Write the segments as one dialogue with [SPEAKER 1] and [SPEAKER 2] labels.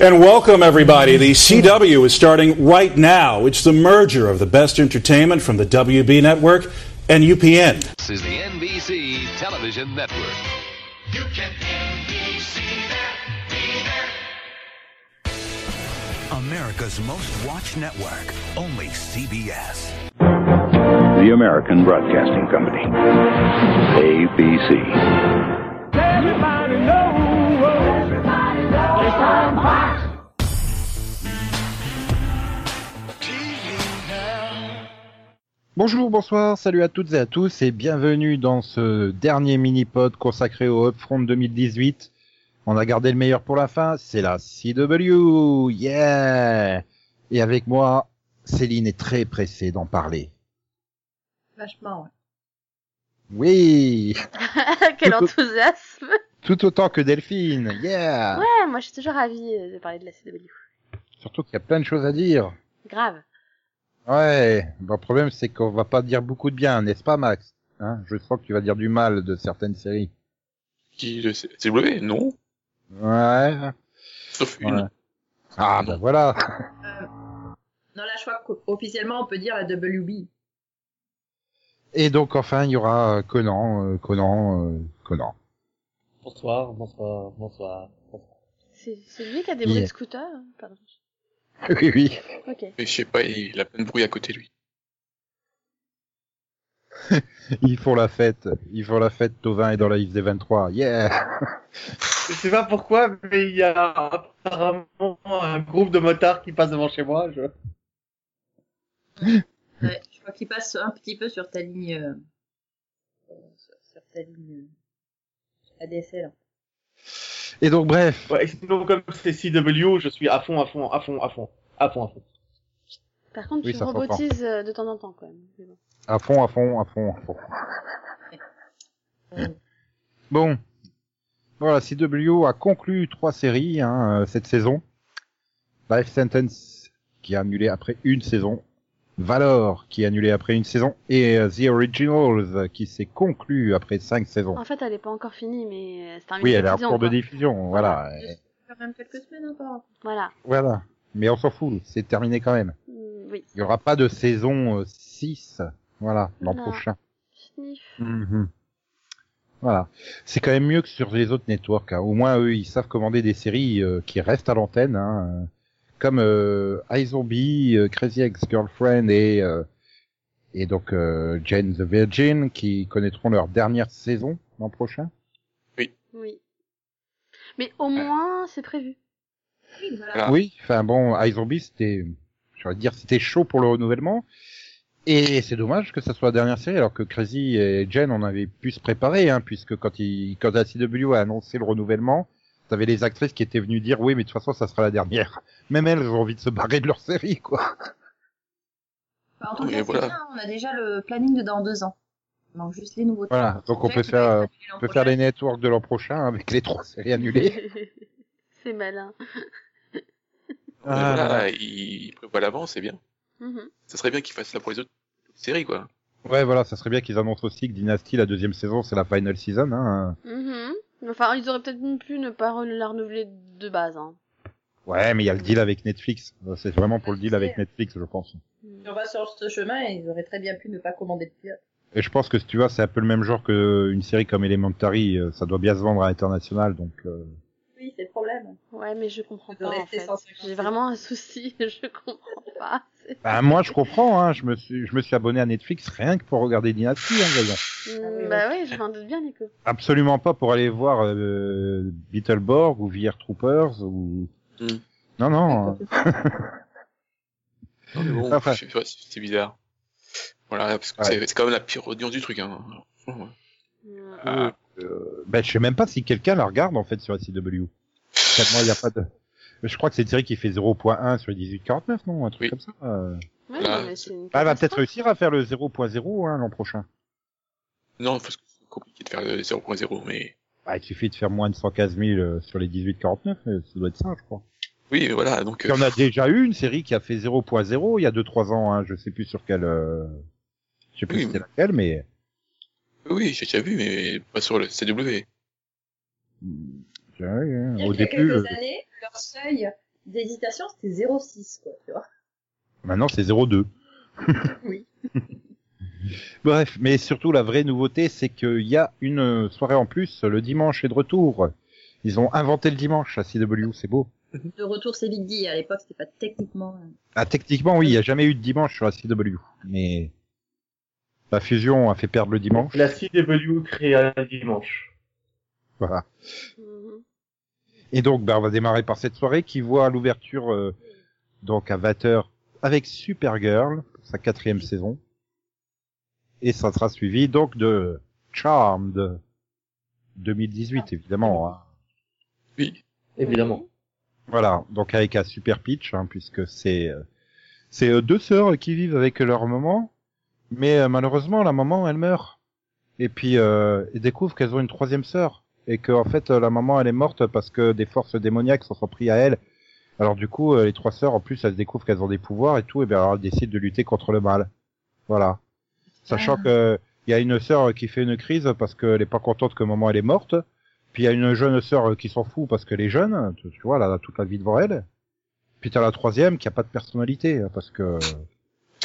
[SPEAKER 1] And welcome, everybody. The CW is starting right now. It's the merger of the best entertainment from the WB Network and UPN.
[SPEAKER 2] This is the NBC Television Network.
[SPEAKER 3] You can NBC that, be there.
[SPEAKER 4] America's most watched network, only CBS.
[SPEAKER 5] The American Broadcasting Company. ABC.
[SPEAKER 6] Bonjour, bonsoir, salut à toutes et à tous et bienvenue dans ce dernier mini-pod consacré au Upfront 2018. On a gardé le meilleur pour la fin, c'est la CW, yeah Et avec moi, Céline est très pressée d'en parler.
[SPEAKER 7] Vachement, ouais.
[SPEAKER 6] Oui
[SPEAKER 7] Quel enthousiasme
[SPEAKER 6] Tout autant que Delphine, yeah
[SPEAKER 7] Ouais, moi je suis toujours ravie euh, de parler de la CW.
[SPEAKER 6] Surtout qu'il y a plein de choses à dire.
[SPEAKER 7] Grave.
[SPEAKER 6] Ouais, bon, le problème c'est qu'on va pas dire beaucoup de bien, n'est-ce pas Max hein Je crois que tu vas dire du mal de certaines séries.
[SPEAKER 8] Qui le C- CW Non.
[SPEAKER 6] Ouais.
[SPEAKER 8] Sauf
[SPEAKER 6] Ouais.
[SPEAKER 8] une.
[SPEAKER 6] Ah bah voilà
[SPEAKER 7] Non, là je crois qu'officiellement on peut dire la WB.
[SPEAKER 6] Et donc enfin il y aura euh, Conan, euh, Conan, euh, Conan.
[SPEAKER 9] Bonsoir, bonsoir, bonsoir.
[SPEAKER 7] C'est c'est lui qui a des bruits
[SPEAKER 6] Yeah.
[SPEAKER 7] de scooter hein Pardon.
[SPEAKER 6] oui oui.
[SPEAKER 7] Ok.
[SPEAKER 8] Mais je sais pas, il il a plein de bruit à côté de lui.
[SPEAKER 6] Ils font la fête, ils font la fête. Tovin est dans la liste des 23. Yeah.
[SPEAKER 9] Je sais pas pourquoi, mais il y a apparemment un groupe de motards qui passe devant chez moi. Je...
[SPEAKER 7] Ouais, je crois qu'il passe un petit peu sur ta ligne. euh, sur, ta ligne. euh, ADSL.
[SPEAKER 6] Et donc bref,
[SPEAKER 9] Ouais, et sinon, comme c'est CW, je suis à fond, à fond, à fond, à fond, à fond, à fond.
[SPEAKER 7] Par contre,
[SPEAKER 6] Oui,
[SPEAKER 7] tu
[SPEAKER 6] ça s'entend.
[SPEAKER 7] robotises euh, de temps en temps quand même. Mais bon.
[SPEAKER 6] à fond, à fond, à fond, à fond. Bon, voilà, CW a conclu trois séries hein, euh, cette saison. Life Sentence qui est annulé après une saison, Valor qui est annulé après une saison et euh, The Originals euh, qui s'est conclu après cinq saisons.
[SPEAKER 7] En fait, elle est pas encore finie, Ah, mais euh, c'est un
[SPEAKER 6] Oui, elle est
[SPEAKER 7] multi-diffusion,
[SPEAKER 6] en cours de
[SPEAKER 7] quoi.
[SPEAKER 6] diffusion, voilà.
[SPEAKER 7] Quand même quelques semaines encore. Voilà.
[SPEAKER 6] Voilà. Mais on s'en fout, c'est terminé quand même.
[SPEAKER 7] Mm, Oui.
[SPEAKER 6] Il n'y aura pas de saison euh, 6, voilà, l'an
[SPEAKER 7] Non.
[SPEAKER 6] prochain.
[SPEAKER 7] Sniff.
[SPEAKER 6] Mhm. Voilà. C'est quand même mieux que sur les autres networks. hein. Au moins, eux, ils savent commander des séries euh, qui restent à l'antenne, hein, euh, comme euh, iZombie, euh, Crazy Ex-Girlfriend et euh, et donc euh, Jane the Virgin, qui connaîtront leur dernière saison l'an prochain.
[SPEAKER 7] Oui. Mais au moins, c'est prévu. Oui, voilà.
[SPEAKER 8] Ah.
[SPEAKER 6] Oui, enfin bon, iZombie, c'était, j'aurais dire, c'était chaud pour le renouvellement. Et c'est dommage que ça soit la dernière série, alors que Crazy et Jen, on avait pu se préparer, hein, puisque quand, il, quand la CW a annoncé le renouvellement, t'avais les actrices qui étaient venues dire, oui, mais de toute façon, ça sera la dernière. Même elles ont envie de se barrer de leur série, quoi.
[SPEAKER 10] Bah, en tout
[SPEAKER 8] Oui,
[SPEAKER 10] cas,
[SPEAKER 8] voilà.
[SPEAKER 10] c'est bien, on a déjà le planning de dans deux ans. Il manque juste les nouveautés.
[SPEAKER 6] Voilà, donc on peut
[SPEAKER 10] Déjà, qui va
[SPEAKER 6] faire, euh,
[SPEAKER 10] être annulé l'an
[SPEAKER 6] on peut faire les
[SPEAKER 10] prochain.
[SPEAKER 6] networks de l'an prochain avec les trois séries annulées.
[SPEAKER 7] c'est malin.
[SPEAKER 6] Ah,
[SPEAKER 8] là,
[SPEAKER 6] voilà.
[SPEAKER 8] il il prévoit l'avance, c'est bien.
[SPEAKER 7] Mhm.
[SPEAKER 8] Ça serait bien qu'il fasse ça pour les autres séries, quoi.
[SPEAKER 6] Ouais, voilà, ça serait bien qu'ils annoncent aussi que Dynasty, la deuxième saison, c'est la final season, hein.
[SPEAKER 7] Mhm. Enfin, ils auraient peut-être pu ne pas re- la renouveler de base. Hein.
[SPEAKER 6] Ouais, mais il y a le deal avec Netflix. Euh, C'est vraiment pour le deal avec Netflix, je pense.
[SPEAKER 7] Mm.
[SPEAKER 6] Et je pense que si tu vois, c'est un peu le même genre que une série comme Elementary, euh, ça doit bien se vendre à l'international, donc. euh,
[SPEAKER 7] Ouais, mais je comprends
[SPEAKER 10] Ça doit
[SPEAKER 7] pas en
[SPEAKER 10] rester
[SPEAKER 7] fait.
[SPEAKER 10] 150.
[SPEAKER 7] J'ai vraiment un souci, je comprends pas. C'est-
[SPEAKER 6] Bah, moi, je comprends. Hein, je me suis, je me suis abonné à Netflix rien que pour regarder Dynasty, hein, voyons.
[SPEAKER 7] Mm, bah ouais, je m'en doute bien, Nico.
[SPEAKER 6] Absolument pas pour aller voir euh, Beetleborg ou VR Troopers ou.
[SPEAKER 8] Hmm.
[SPEAKER 6] Non, non. hein.
[SPEAKER 8] Non, mais bon,
[SPEAKER 6] Enfin.
[SPEAKER 8] je sais pas, c'est c'est bizarre. Voilà, parce que
[SPEAKER 6] Ouais.
[SPEAKER 8] c'est- c'est quand même la pire audience du truc, hein.
[SPEAKER 7] Mm.
[SPEAKER 8] Ah,
[SPEAKER 6] Euh, bah, je sais même pas si quelqu'un la regarde en fait sur la CW. Tellement il y a pas de. Je crois que c'est une série qui fait 0.1 sur les 18-49, non, un truc
[SPEAKER 8] Oui.
[SPEAKER 6] comme ça. euh.
[SPEAKER 7] Ouais,
[SPEAKER 8] Voilà.
[SPEAKER 7] non, mais c'est une
[SPEAKER 6] Bah, elle va peut-être
[SPEAKER 7] catastrophe.
[SPEAKER 6] réussir à faire le 0.0 hein, l'an prochain.
[SPEAKER 8] non, parce que c'est compliqué de faire euh, le 0.0, mais.
[SPEAKER 6] Bah, il suffit de faire moins de 115 000 euh, sur les 18-49, euh, ça doit être ça, je crois.
[SPEAKER 8] Oui, voilà, donc.
[SPEAKER 6] Il y
[SPEAKER 8] euh,
[SPEAKER 6] en a déjà eu une série qui a fait 0.0 il y a 2-3 ans, hein, je sais plus sur quelle... euh, Je sais plus
[SPEAKER 8] Oui,
[SPEAKER 6] c'était laquelle, mais...
[SPEAKER 8] Oui, j'ai déjà vu, mais pas sur le CW.
[SPEAKER 6] Mm, tiens, hein,
[SPEAKER 10] Il y a
[SPEAKER 6] Au
[SPEAKER 10] quelques
[SPEAKER 6] début, euh,
[SPEAKER 10] années, leur seuil
[SPEAKER 7] d'hésitation, c'était 0,6, quoi, tu vois.
[SPEAKER 6] Maintenant, c'est 0,2.
[SPEAKER 7] Oui.
[SPEAKER 6] Bref, mais surtout, la vraie nouveauté, c'est qu'il y a une euh, soirée en plus le dimanche et de retour. Ils ont inventé le dimanche à CW, c'est beau.
[SPEAKER 7] De retour, c'est vite dit. À l'époque, c'était pas techniquement. euh,
[SPEAKER 6] Ah, techniquement, oui, il n'y a jamais eu de dimanche sur la CW, mais la fusion a fait perdre le dimanche.
[SPEAKER 9] La CW créée un dimanche.
[SPEAKER 6] Voilà. Et donc, bah, on va démarrer par cette soirée qui voit l'ouverture euh, donc à 20h avec Supergirl pour sa quatrième saison. Et ça sera suivi donc de Charmed 2018 évidemment. hein.
[SPEAKER 8] Oui.
[SPEAKER 9] Évidemment.
[SPEAKER 6] Voilà, donc avec un super pitch hein, puisque c'est euh, c'est euh, deux sœurs qui vivent avec leur maman, mais euh, malheureusement la maman elle meurt et puis euh, ils découvrent qu'elles ont une troisième sœur et que en fait euh, la maman elle est morte parce que des forces démoniaques s'en sont pris à elle. Alors du coup euh, les trois sœurs en plus elles découvrent qu'elles ont des pouvoirs et tout et bien alors elles décident de lutter contre le mal. Voilà, sachant que il y a une sœur qui fait une crise parce qu'elle est pas contente que maman elle est morte. Puis il y a une jeune sœur euh, qui s'en fout parce qu'elle est jeune, tu, tu vois, elle a toute la vie devant elle. Puis t'as la troisième qui a pas de personnalité hein, parce que
[SPEAKER 8] Parce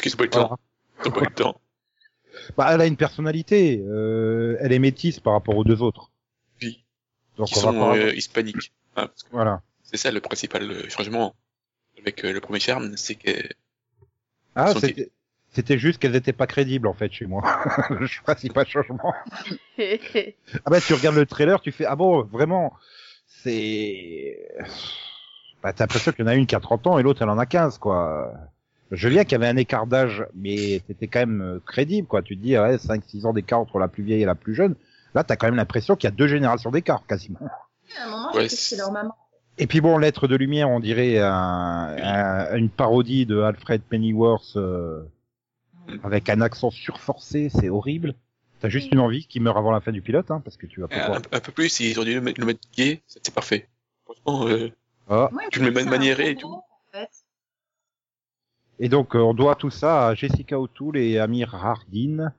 [SPEAKER 8] qu'ils ont pas eu le
[SPEAKER 6] voilà.
[SPEAKER 8] temps. Ils ont pas eu le temps.
[SPEAKER 6] bah, elle a une personnalité, euh, elle est métisse par rapport aux deux autres.
[SPEAKER 8] Oui.
[SPEAKER 6] Donc
[SPEAKER 8] Ils
[SPEAKER 6] on va
[SPEAKER 8] sont
[SPEAKER 6] pas-
[SPEAKER 8] euh, hispaniques. hein, parce que
[SPEAKER 6] voilà.
[SPEAKER 8] c'est ça le principal euh, changement avec euh, le premier charme, c'est que
[SPEAKER 6] Ah,
[SPEAKER 8] sont-
[SPEAKER 6] c'était c'était juste qu'elles étaient pas crédibles en fait chez moi. Le principal changement. Ah bah tu regardes le trailer, tu fais ah bon vraiment c'est bah t'as l'impression qu'il y en a une qui a 30 ans et l'autre elle en a 15 quoi. Je viens qu'il y avait un écart d'âge mais c'était quand même euh, crédible quoi. Tu te dis ouais 5 6 ans d'écart entre la plus vieille et la plus jeune. Là t'as quand même l'impression qu'il y a deux générations d'écart quasiment.
[SPEAKER 7] À un moment,
[SPEAKER 8] Ouais,
[SPEAKER 7] j'étais chez leur maman.
[SPEAKER 6] Et puis bon, l'être de lumière, on dirait un, un- une parodie de Alfred Pennyworth euh, avec un accent surforcé, c'est horrible. T'as juste une envie qui meurt avant la fin du pilote, hein, parce que tu vas pas
[SPEAKER 8] un,
[SPEAKER 6] pouvoir.
[SPEAKER 8] un peu plus, ils auraient dû le mettre, le mettre gay, c'est c'est parfait. Franchement, euh,
[SPEAKER 6] Ah.
[SPEAKER 7] Moi,
[SPEAKER 8] Tu le mets
[SPEAKER 7] je trouve
[SPEAKER 8] mal
[SPEAKER 7] ça un
[SPEAKER 8] maniéré et
[SPEAKER 7] robot, En fait.
[SPEAKER 6] Et donc, euh, on doit tout ça à Jessica O'Toole et Amir Hardin.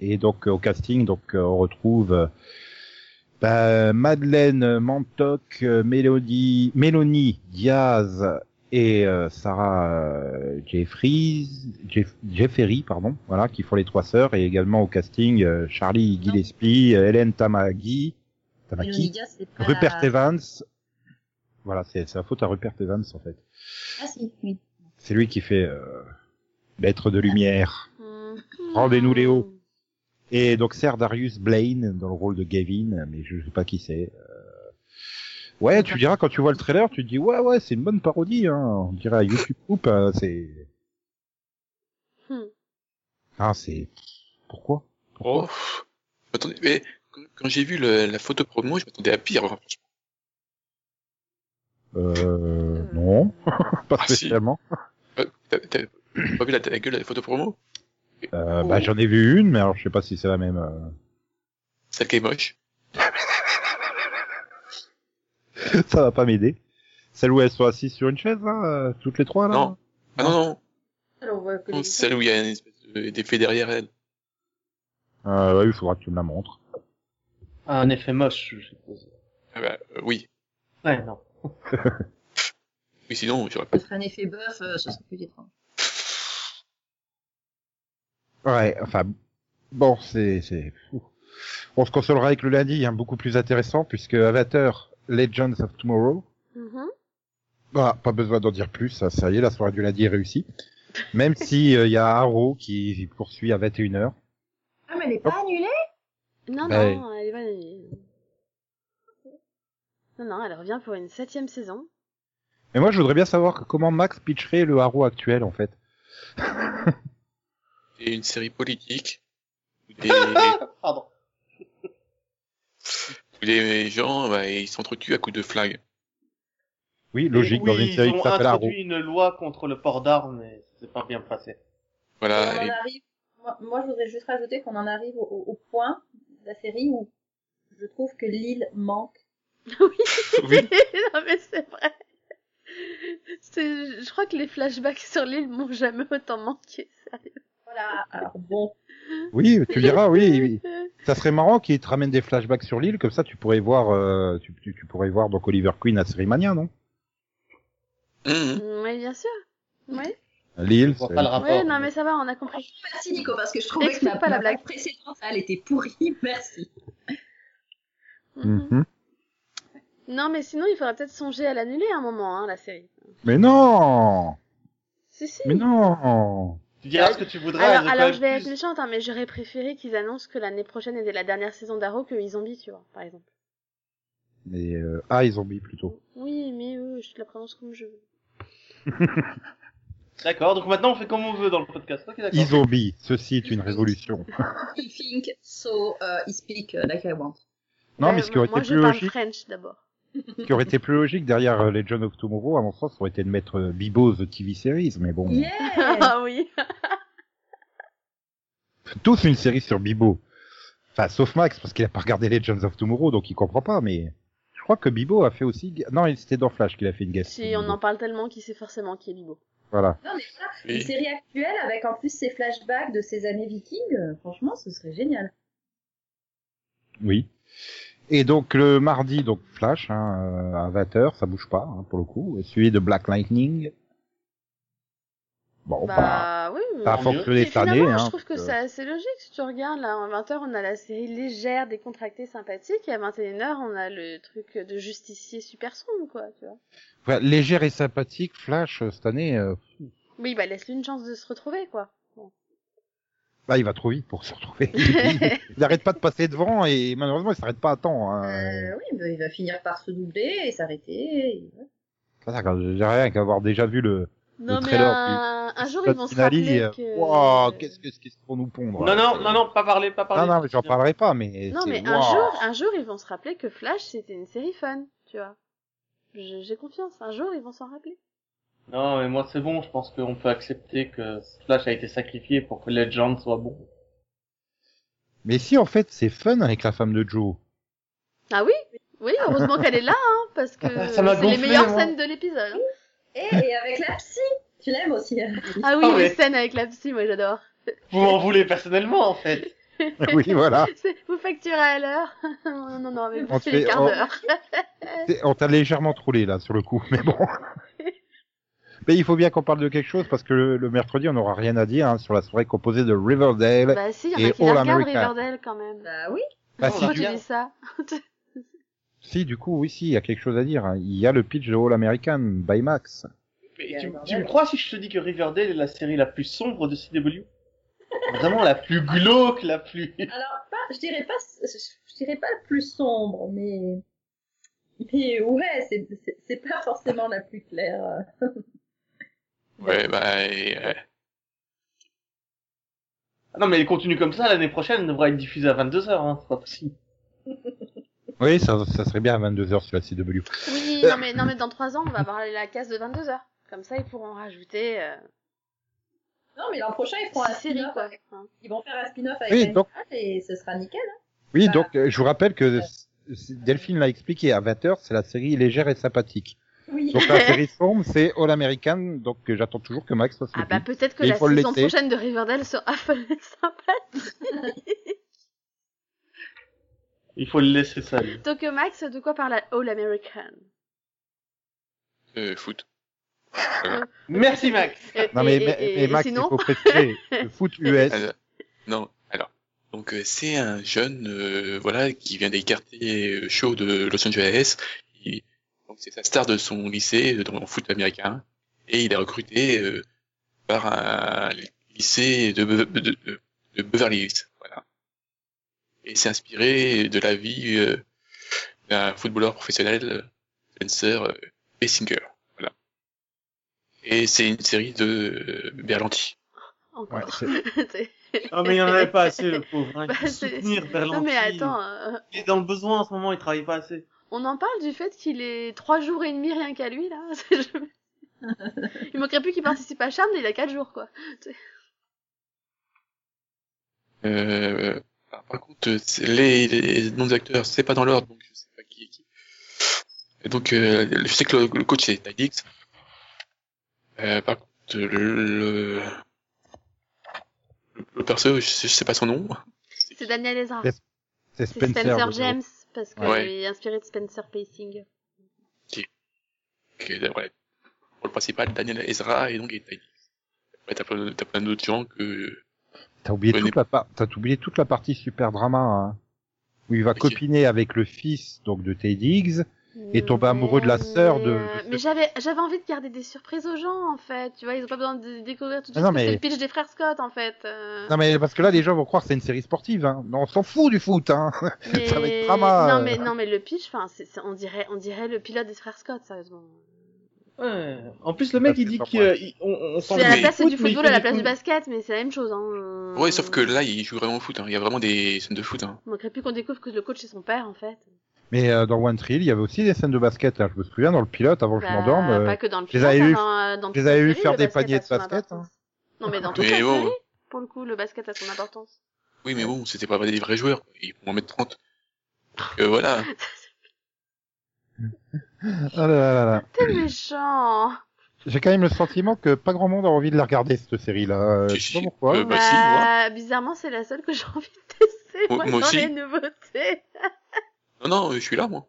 [SPEAKER 6] Et donc, euh, au casting, donc euh, on retrouve euh, bah, Madeleine Mantoc, euh, Mélodie, Mélanie Diaz et euh, Sarah euh, Jeffries, Jeff- Jeffery, pardon, voilà, qui font les trois sœurs. Et également au casting, euh, Charlie Gillespie, euh, Hélène Tamaki,
[SPEAKER 7] Et
[SPEAKER 6] Tamaki
[SPEAKER 7] Olivia, Euh, c'est pas
[SPEAKER 6] Bah, Rupert
[SPEAKER 10] euh,
[SPEAKER 7] la...
[SPEAKER 6] Evans. Voilà, c'est c'est la faute à Rupert Evans, en fait.
[SPEAKER 7] Ah si, oui.
[SPEAKER 6] C'est lui qui fait euh, l'être de lumière. Rendez-nous Léo. Et donc sert Darius Blaine dans le rôle de Gavin, mais je sais pas qui c'est. Euh, Ouais, tu diras quand tu vois le trailer, tu te dis ouais ouais, c'est une bonne parodie. Hein. On dirait à YouTube Coupe, hein, c'est.
[SPEAKER 11] Hmm.
[SPEAKER 6] Ah c'est. Pourquoi
[SPEAKER 8] oh, pff, je m'attendais- mais quand, quand j'ai vu le- la photo promo, je m'attendais à pire. hein, franchement.
[SPEAKER 6] Euh, non, pas
[SPEAKER 8] Ah, si.
[SPEAKER 6] spécialement.
[SPEAKER 8] Euh, T'as t'as pas vu la, la gueule de la photo promo
[SPEAKER 6] Euh, bah j'en ai vu une, mais alors je sais pas si c'est la même. euh.
[SPEAKER 8] Celle qui est moche.
[SPEAKER 6] Ça va pas m'aider. Celle où elles sont assises sur une chaise là, euh, toutes les trois là.
[SPEAKER 8] Non. Ah non, non,
[SPEAKER 7] Alors, on voit que
[SPEAKER 8] non,
[SPEAKER 7] les-
[SPEAKER 8] c'est celle où il y a une espèce de- d'effet derrière elle.
[SPEAKER 6] Euh, ouais, il faudra que tu me la montres.
[SPEAKER 9] Ah, Un effet moche, je suppose.
[SPEAKER 8] Ah bah, euh, oui.
[SPEAKER 9] Ouais, non.
[SPEAKER 8] Oui, sinon, j'aurais pas.
[SPEAKER 7] Ce serait un effet bœuf, euh, ce serait plus étrange.
[SPEAKER 6] Ouais, enfin, bon, c'est, c'est, fou. on se consolera avec le lundi, hein, beaucoup plus intéressant, puisque Avatar, Legends of Tomorrow,
[SPEAKER 11] Mhm.
[SPEAKER 6] bah, pas besoin d'en dire plus, hein, ça y est, la soirée du lundi est réussie. Même si, euh, il y a Arrow qui poursuit à 21h.
[SPEAKER 7] Ah, mais elle est pas annulée
[SPEAKER 11] Non,
[SPEAKER 6] Bah
[SPEAKER 11] non, elle est pas- Non, non, elle revient pour une septième saison.
[SPEAKER 6] Mais moi, je voudrais bien savoir comment Max pitcherait le Arrow actuel, en fait.
[SPEAKER 8] C'est une série politique. où Des,
[SPEAKER 9] Pardon.
[SPEAKER 8] où les gens, bah, ils s'entretuent à coups de flag.
[SPEAKER 6] Oui, logique,
[SPEAKER 9] Oui,
[SPEAKER 6] dans une série
[SPEAKER 9] ils
[SPEAKER 6] qui
[SPEAKER 9] ont
[SPEAKER 6] s'appelle Arrow.
[SPEAKER 9] introduit une loi contre le port d'armes et c'est pas bien passé.
[SPEAKER 7] On en
[SPEAKER 10] Ah
[SPEAKER 8] Voilà. et-
[SPEAKER 7] arrive... moi, moi, je voudrais juste rajouter qu'on en arrive au, au- au point de la série où je trouve que l'île manque.
[SPEAKER 11] oui,
[SPEAKER 8] oui.
[SPEAKER 11] non, mais c'est vrai. C'est- Je crois que les flashbacks sur l'île m'ont jamais autant manqué. sérieux.
[SPEAKER 7] Voilà, alors bon.
[SPEAKER 6] Oui, tu diras, oui, oui. Ça serait marrant qu'ils te ramènent des flashbacks sur l'île, comme ça tu pourrais voir, euh, tu, tu, tu pourrais voir donc Oliver Queen à Série Mania, non
[SPEAKER 11] Oui, bien sûr. Oui.
[SPEAKER 6] Lille,
[SPEAKER 9] vois pas le rapport.
[SPEAKER 11] Oui, non, mais ça va, on a compris.
[SPEAKER 10] Merci Nico, parce que je trouvais que
[SPEAKER 11] Explique
[SPEAKER 10] la,
[SPEAKER 11] pas la blague.
[SPEAKER 10] précédente, elle était pourrie. Merci.
[SPEAKER 6] Hmm.
[SPEAKER 11] Mhm. Non, mais sinon, il faudra peut-être songer à l'annuler à un moment, hein, la série.
[SPEAKER 6] Mais non
[SPEAKER 11] Si, si.
[SPEAKER 6] Mais non
[SPEAKER 9] Tu diras ce que tu voudras.
[SPEAKER 11] alors,
[SPEAKER 9] elles ont
[SPEAKER 11] alors,
[SPEAKER 9] quand
[SPEAKER 11] je vais
[SPEAKER 9] même
[SPEAKER 11] être méchante, hein, mais j'aurais préféré qu'ils annoncent que l'année prochaine était la dernière saison d'Arrow que E-Zombie, tu vois, hein, par exemple.
[SPEAKER 6] Mais euh, ah, ils ont mis plutôt.
[SPEAKER 11] Oui, mais euh, je te la prononce comme je veux.
[SPEAKER 9] plus. D'accord, donc maintenant on fait comme on veut dans le podcast. Ok, d'accord.
[SPEAKER 6] Ils ont mis. Ceci est une révolution.
[SPEAKER 11] Euh,
[SPEAKER 10] I think, so
[SPEAKER 7] euh,
[SPEAKER 10] uh, I speak uh, like I want.
[SPEAKER 6] Non,
[SPEAKER 11] Euh,
[SPEAKER 6] mais ce qui aurait
[SPEAKER 11] moi,
[SPEAKER 6] été
[SPEAKER 11] je
[SPEAKER 6] plus
[SPEAKER 11] parle
[SPEAKER 6] logique,
[SPEAKER 11] French d'abord.
[SPEAKER 6] ce qui aurait été plus logique derrière euh, Legend of Tomorrow, à mon sens, aurait été de mettre euh, Bibos TV Series. Mais bon,
[SPEAKER 10] Yeah
[SPEAKER 11] ah oui.
[SPEAKER 6] tous une série sur Bibo. Enfin, sauf Max parce qu'il a pas regardé Legends of Tomorrow, donc il comprend pas. Mais je crois que Bibo a fait aussi. Non, il- c'était dans Flash qu'il a fait une guest.
[SPEAKER 11] Si on en parle tellement qu'il sait forcément qui est Bibo.
[SPEAKER 6] Voilà.
[SPEAKER 10] Non, mais ça,
[SPEAKER 8] Oui.
[SPEAKER 10] une série actuelle avec en plus ces flashbacks de ces années vikings, euh, franchement, ce serait génial.
[SPEAKER 6] Oui. Et donc le mardi, donc Flash hein, euh, à 20h, ça bouge pas hein, pour le coup. Et Celui de Black Lightning. Bon, bah,
[SPEAKER 11] bah, oui, mais
[SPEAKER 6] pas
[SPEAKER 9] tant
[SPEAKER 6] fortuné
[SPEAKER 11] Et
[SPEAKER 6] cette année.
[SPEAKER 11] finalement,
[SPEAKER 6] Hein,
[SPEAKER 11] je trouve que
[SPEAKER 6] parce que-
[SPEAKER 11] c'est assez logique. Si tu regardes, là, en 20h, on a la série légère, décontractée, sympathique, et à 21h, on a le truc de justicier super sombre, quoi, tu vois.
[SPEAKER 6] Ouais, légère et sympathique, Flash euh, cette année, euh,
[SPEAKER 11] Oui, bah, laisse-lui une chance de se retrouver, quoi. Bon.
[SPEAKER 6] bah, il va trop vite pour se retrouver. il n'arrête pas de passer devant et malheureusement il s'arrête pas à temps. Hein.
[SPEAKER 10] Euh, oui, bah, il va finir par se doubler et s'arrêter. et-
[SPEAKER 6] Ça, quand j'ai rien qu'avoir déjà vu le,
[SPEAKER 11] Non, mais
[SPEAKER 6] trailer
[SPEAKER 11] un, un jour,
[SPEAKER 6] le
[SPEAKER 11] ils vont se
[SPEAKER 6] finale,
[SPEAKER 11] rappeler
[SPEAKER 6] euh,
[SPEAKER 11] que...
[SPEAKER 6] Wouah, qu'est-ce que ce qu'ils vont nous pondre
[SPEAKER 9] Non,
[SPEAKER 6] là,
[SPEAKER 9] non,
[SPEAKER 6] c'est-
[SPEAKER 9] non, non, pas parler, pas parler.
[SPEAKER 6] non, non, mais j'en parlerai pas, mais.
[SPEAKER 11] Non,
[SPEAKER 6] c'est-
[SPEAKER 11] mais un
[SPEAKER 6] Wouah.
[SPEAKER 11] jour, un jour, ils vont se rappeler que Flash, c'était une série fun, tu vois. Je- J'ai confiance, un jour, ils vont s'en rappeler.
[SPEAKER 9] Non, mais moi c'est bon, je pense qu'on peut accepter que Flash a été sacrifié pour que Legend soit bon.
[SPEAKER 6] Mais si, en fait, c'est fun avec la femme de Joe.
[SPEAKER 11] Ah oui Oui, heureusement qu'elle est là, hein, parce que
[SPEAKER 9] Ça
[SPEAKER 11] c'est
[SPEAKER 9] m'a
[SPEAKER 11] les
[SPEAKER 9] gonflé,
[SPEAKER 11] meilleures
[SPEAKER 9] moi.
[SPEAKER 11] scènes de l'épisode. hein.
[SPEAKER 10] Et, et avec la psy, tu l'aimes aussi. hein.
[SPEAKER 11] Ah oui,
[SPEAKER 9] Ah
[SPEAKER 11] les
[SPEAKER 9] ouais.
[SPEAKER 11] scènes avec la psy, moi j'adore.
[SPEAKER 9] Vous m'en voulez personnellement en fait.
[SPEAKER 6] oui, voilà.
[SPEAKER 11] C'est- Vous facturez à l'heure Non, non, non, mais
[SPEAKER 6] On
[SPEAKER 11] vous c'est
[SPEAKER 6] fait-
[SPEAKER 11] les quarts
[SPEAKER 6] on-
[SPEAKER 11] d'heure.
[SPEAKER 6] C'est- On t'a légèrement trollé, là, sur le coup, mais bon. mais il faut bien qu'on parle de quelque chose, parce que le, le mercredi, on n'aura rien à dire hein, sur la soirée composée de Riverdale.
[SPEAKER 11] Bah si, il y en
[SPEAKER 6] Et
[SPEAKER 11] a qui la
[SPEAKER 6] All
[SPEAKER 11] regardent
[SPEAKER 6] American.
[SPEAKER 11] Riverdale quand même.
[SPEAKER 10] Bah oui.
[SPEAKER 9] on
[SPEAKER 6] Bah, si,
[SPEAKER 9] la
[SPEAKER 6] du...
[SPEAKER 11] Pourquoi tu
[SPEAKER 9] regarde.
[SPEAKER 11] dis ça
[SPEAKER 6] si, du coup, oui, si, il y a quelque chose à dire. hein. Il y a le pitch de All American by Max.
[SPEAKER 9] Mais
[SPEAKER 10] a
[SPEAKER 9] tu,
[SPEAKER 10] le bordel.
[SPEAKER 9] tu me crois si je te dis que Riverdale est la série la plus sombre de CW Vraiment la plus glauque, la plus.
[SPEAKER 10] Alors, pas, je dirais pas, je, je dirais pas le plus sombre, mais, mais ouais, c'est, c'est, c'est pas forcément la plus claire. euh.
[SPEAKER 8] Ouais, bah, et, euh,
[SPEAKER 9] Ah non, mais elle continue comme ça, l'année prochaine elle devra être diffusée à 22h, hein, c'est pas possible.
[SPEAKER 6] Oui, ça, ça serait bien à 22h sur la CW.
[SPEAKER 11] Oui, non mais, non mais dans 3 ans, on va avoir la case de 22h. Comme ça, ils pourront rajouter euh,
[SPEAKER 10] Non, mais l'an prochain, ils feront un
[SPEAKER 11] six séries,
[SPEAKER 10] spin-off.
[SPEAKER 11] quoi.
[SPEAKER 10] avec-
[SPEAKER 11] hein.
[SPEAKER 10] Ils vont faire un spin-off avec
[SPEAKER 6] Oui,
[SPEAKER 10] Anne
[SPEAKER 6] donc-
[SPEAKER 10] Hall et ce sera nickel. hein.
[SPEAKER 6] Oui,
[SPEAKER 10] Bah.
[SPEAKER 6] donc, euh, je vous rappelle que c- Delphine l'a expliqué, à 20h, c'est la série légère et sympathique.
[SPEAKER 10] Oui.
[SPEAKER 6] Donc la série sombre, c'est All American, donc euh, j'attends toujours que Max fasse le
[SPEAKER 11] Ah bah
[SPEAKER 6] pitch.
[SPEAKER 11] peut-être que
[SPEAKER 6] Mais il
[SPEAKER 11] la
[SPEAKER 6] faut le
[SPEAKER 11] saison
[SPEAKER 6] laisser.
[SPEAKER 11] prochaine de Riverdale sera sympa.
[SPEAKER 9] Il faut le laisser seul.
[SPEAKER 11] Donc euh, Max, de quoi parle All American
[SPEAKER 8] euh, foot.
[SPEAKER 9] Merci Max
[SPEAKER 11] Et-
[SPEAKER 6] Non mais,
[SPEAKER 11] bah, et-
[SPEAKER 6] mais-
[SPEAKER 11] et-
[SPEAKER 6] mais
[SPEAKER 11] et
[SPEAKER 6] Max, il
[SPEAKER 11] sinon,
[SPEAKER 6] faut préciser, le foot US,
[SPEAKER 8] Alors, Euh, non, alors. Donc, euh, c'est un jeune, euh, voilà, qui vient des quartiers euh, chauds de Los Angeles. Il- donc, c'est sa star de son lycée euh, dans le foot américain. Et il est recruté euh, par un lycée de, Be- de, de- de Beverly Hills. Voilà. Et c'est inspiré de la vie euh, d'un footballeur professionnel, euh, Spencer euh, Basinger. Voilà. Et c'est une série de euh, Berlanti.
[SPEAKER 11] encore.
[SPEAKER 6] Ouais,
[SPEAKER 9] Non, mais il n'y en avait pas assez, le pauvre. Hein.
[SPEAKER 11] Bah,
[SPEAKER 9] il faut
[SPEAKER 11] c'est-
[SPEAKER 9] soutenir Berlanti.
[SPEAKER 11] Non mais attends, euh,
[SPEAKER 9] Il est dans le besoin en ce moment, il travaille pas assez.
[SPEAKER 11] on en parle du fait qu'il est trois jours et demi rien qu'à lui là. C'est- je- il manquerait plus qu'il participe à Charme, mais il a quatre jours quoi.
[SPEAKER 8] Euh, alors, par contre, euh, c'est- les, les noms des acteurs, c'est pas dans l'ordre, donc je sais pas qui est qui. Et donc, euh, je sais que le, le coach c'est Ty Dix. Euh, par contre, le, le, le perso, je, sais- je sais pas son nom.
[SPEAKER 11] C'est Daniel Lézard.
[SPEAKER 6] Yes, c'est
[SPEAKER 11] C'est Spencer,
[SPEAKER 6] Spencer. le-
[SPEAKER 11] James parce qu'il
[SPEAKER 8] Ouais.
[SPEAKER 11] est inspiré de Spencer Pacing.
[SPEAKER 8] qui est- voilà. pour le principal, Daniel Ezra et donc et Tiny. Après, t'as plein, t'as plein d'autres gens que...
[SPEAKER 6] T'as oublié,
[SPEAKER 8] Venez.
[SPEAKER 6] toute la par- t'as oublié toute la partie super drama, hein, où il va copiner avec le fils donc de Ted Diggs et tomber amoureux de la sœur de.
[SPEAKER 11] euh, mais j'avais j'avais envie de garder des surprises aux gens en fait, tu vois, ils ont pas besoin de découvrir tout de
[SPEAKER 6] Ah
[SPEAKER 11] suite
[SPEAKER 6] non,
[SPEAKER 11] que c'est
[SPEAKER 6] mais-
[SPEAKER 11] le pitch des frères Scott en fait. euh.
[SPEAKER 6] Non mais parce que là les gens vont croire que c'est une série sportive, hein. Non, on s'en fout du foot, hein.
[SPEAKER 11] Mais-
[SPEAKER 6] Ça va être drama.
[SPEAKER 11] Non mais
[SPEAKER 6] euh.
[SPEAKER 11] non mais le pitch, enfin c'est- c'est- on dirait on dirait le pilote des frères Scott sérieusement.
[SPEAKER 9] Ouais. En plus, le mec, il dit qu'on s'en
[SPEAKER 11] C'est à la
[SPEAKER 9] fout
[SPEAKER 11] place c'est du
[SPEAKER 9] mais il
[SPEAKER 11] football
[SPEAKER 9] fait
[SPEAKER 11] à la
[SPEAKER 9] des
[SPEAKER 11] place du
[SPEAKER 9] coups.
[SPEAKER 11] basket, mais c'est la même chose. Hein. euh.
[SPEAKER 8] Ouais, sauf que là, il joue vraiment au foot, hein. Il y a vraiment des scènes de foot, hein.
[SPEAKER 11] Il manquerait plus qu'on découvre que le coach est son père en fait.
[SPEAKER 6] Mais euh, dans One Tree, Hill, il y avait aussi des scènes de basket. Hein. Je me souviens dans le pilote avant que je
[SPEAKER 11] Bah,
[SPEAKER 6] m'endorme. euh,
[SPEAKER 11] pas que dans le
[SPEAKER 6] je les
[SPEAKER 11] pilote,
[SPEAKER 6] avais
[SPEAKER 11] hein,
[SPEAKER 6] vu-
[SPEAKER 11] dans- dans
[SPEAKER 6] je les
[SPEAKER 11] toute la
[SPEAKER 6] avais vu
[SPEAKER 11] série,
[SPEAKER 6] faire
[SPEAKER 11] le
[SPEAKER 6] des
[SPEAKER 11] basket
[SPEAKER 6] paniers
[SPEAKER 11] a
[SPEAKER 6] de
[SPEAKER 11] son
[SPEAKER 6] basket. hein.
[SPEAKER 11] Non mais dans toute
[SPEAKER 8] Mais oh.
[SPEAKER 11] la
[SPEAKER 8] bon.
[SPEAKER 11] série, pour le coup, le basket a son importance.
[SPEAKER 8] Oui, mais bon, c'était pas des vrais joueurs. quoi. Ils vont en mettre 30. Euh, voilà.
[SPEAKER 6] Ah là là là là.
[SPEAKER 11] T'es méchant.
[SPEAKER 6] J'ai quand même le sentiment que pas grand monde a envie de la regarder cette série-là. Euh, je sais pas pourquoi.
[SPEAKER 8] Euh, bah, si, moi.
[SPEAKER 11] Bah, bizarrement, c'est la seule que j'ai envie de tester
[SPEAKER 8] Moi-
[SPEAKER 11] moi,
[SPEAKER 8] moi
[SPEAKER 11] dans
[SPEAKER 8] aussi.
[SPEAKER 11] les nouveautés.
[SPEAKER 8] Non, non, euh, je suis là, moi.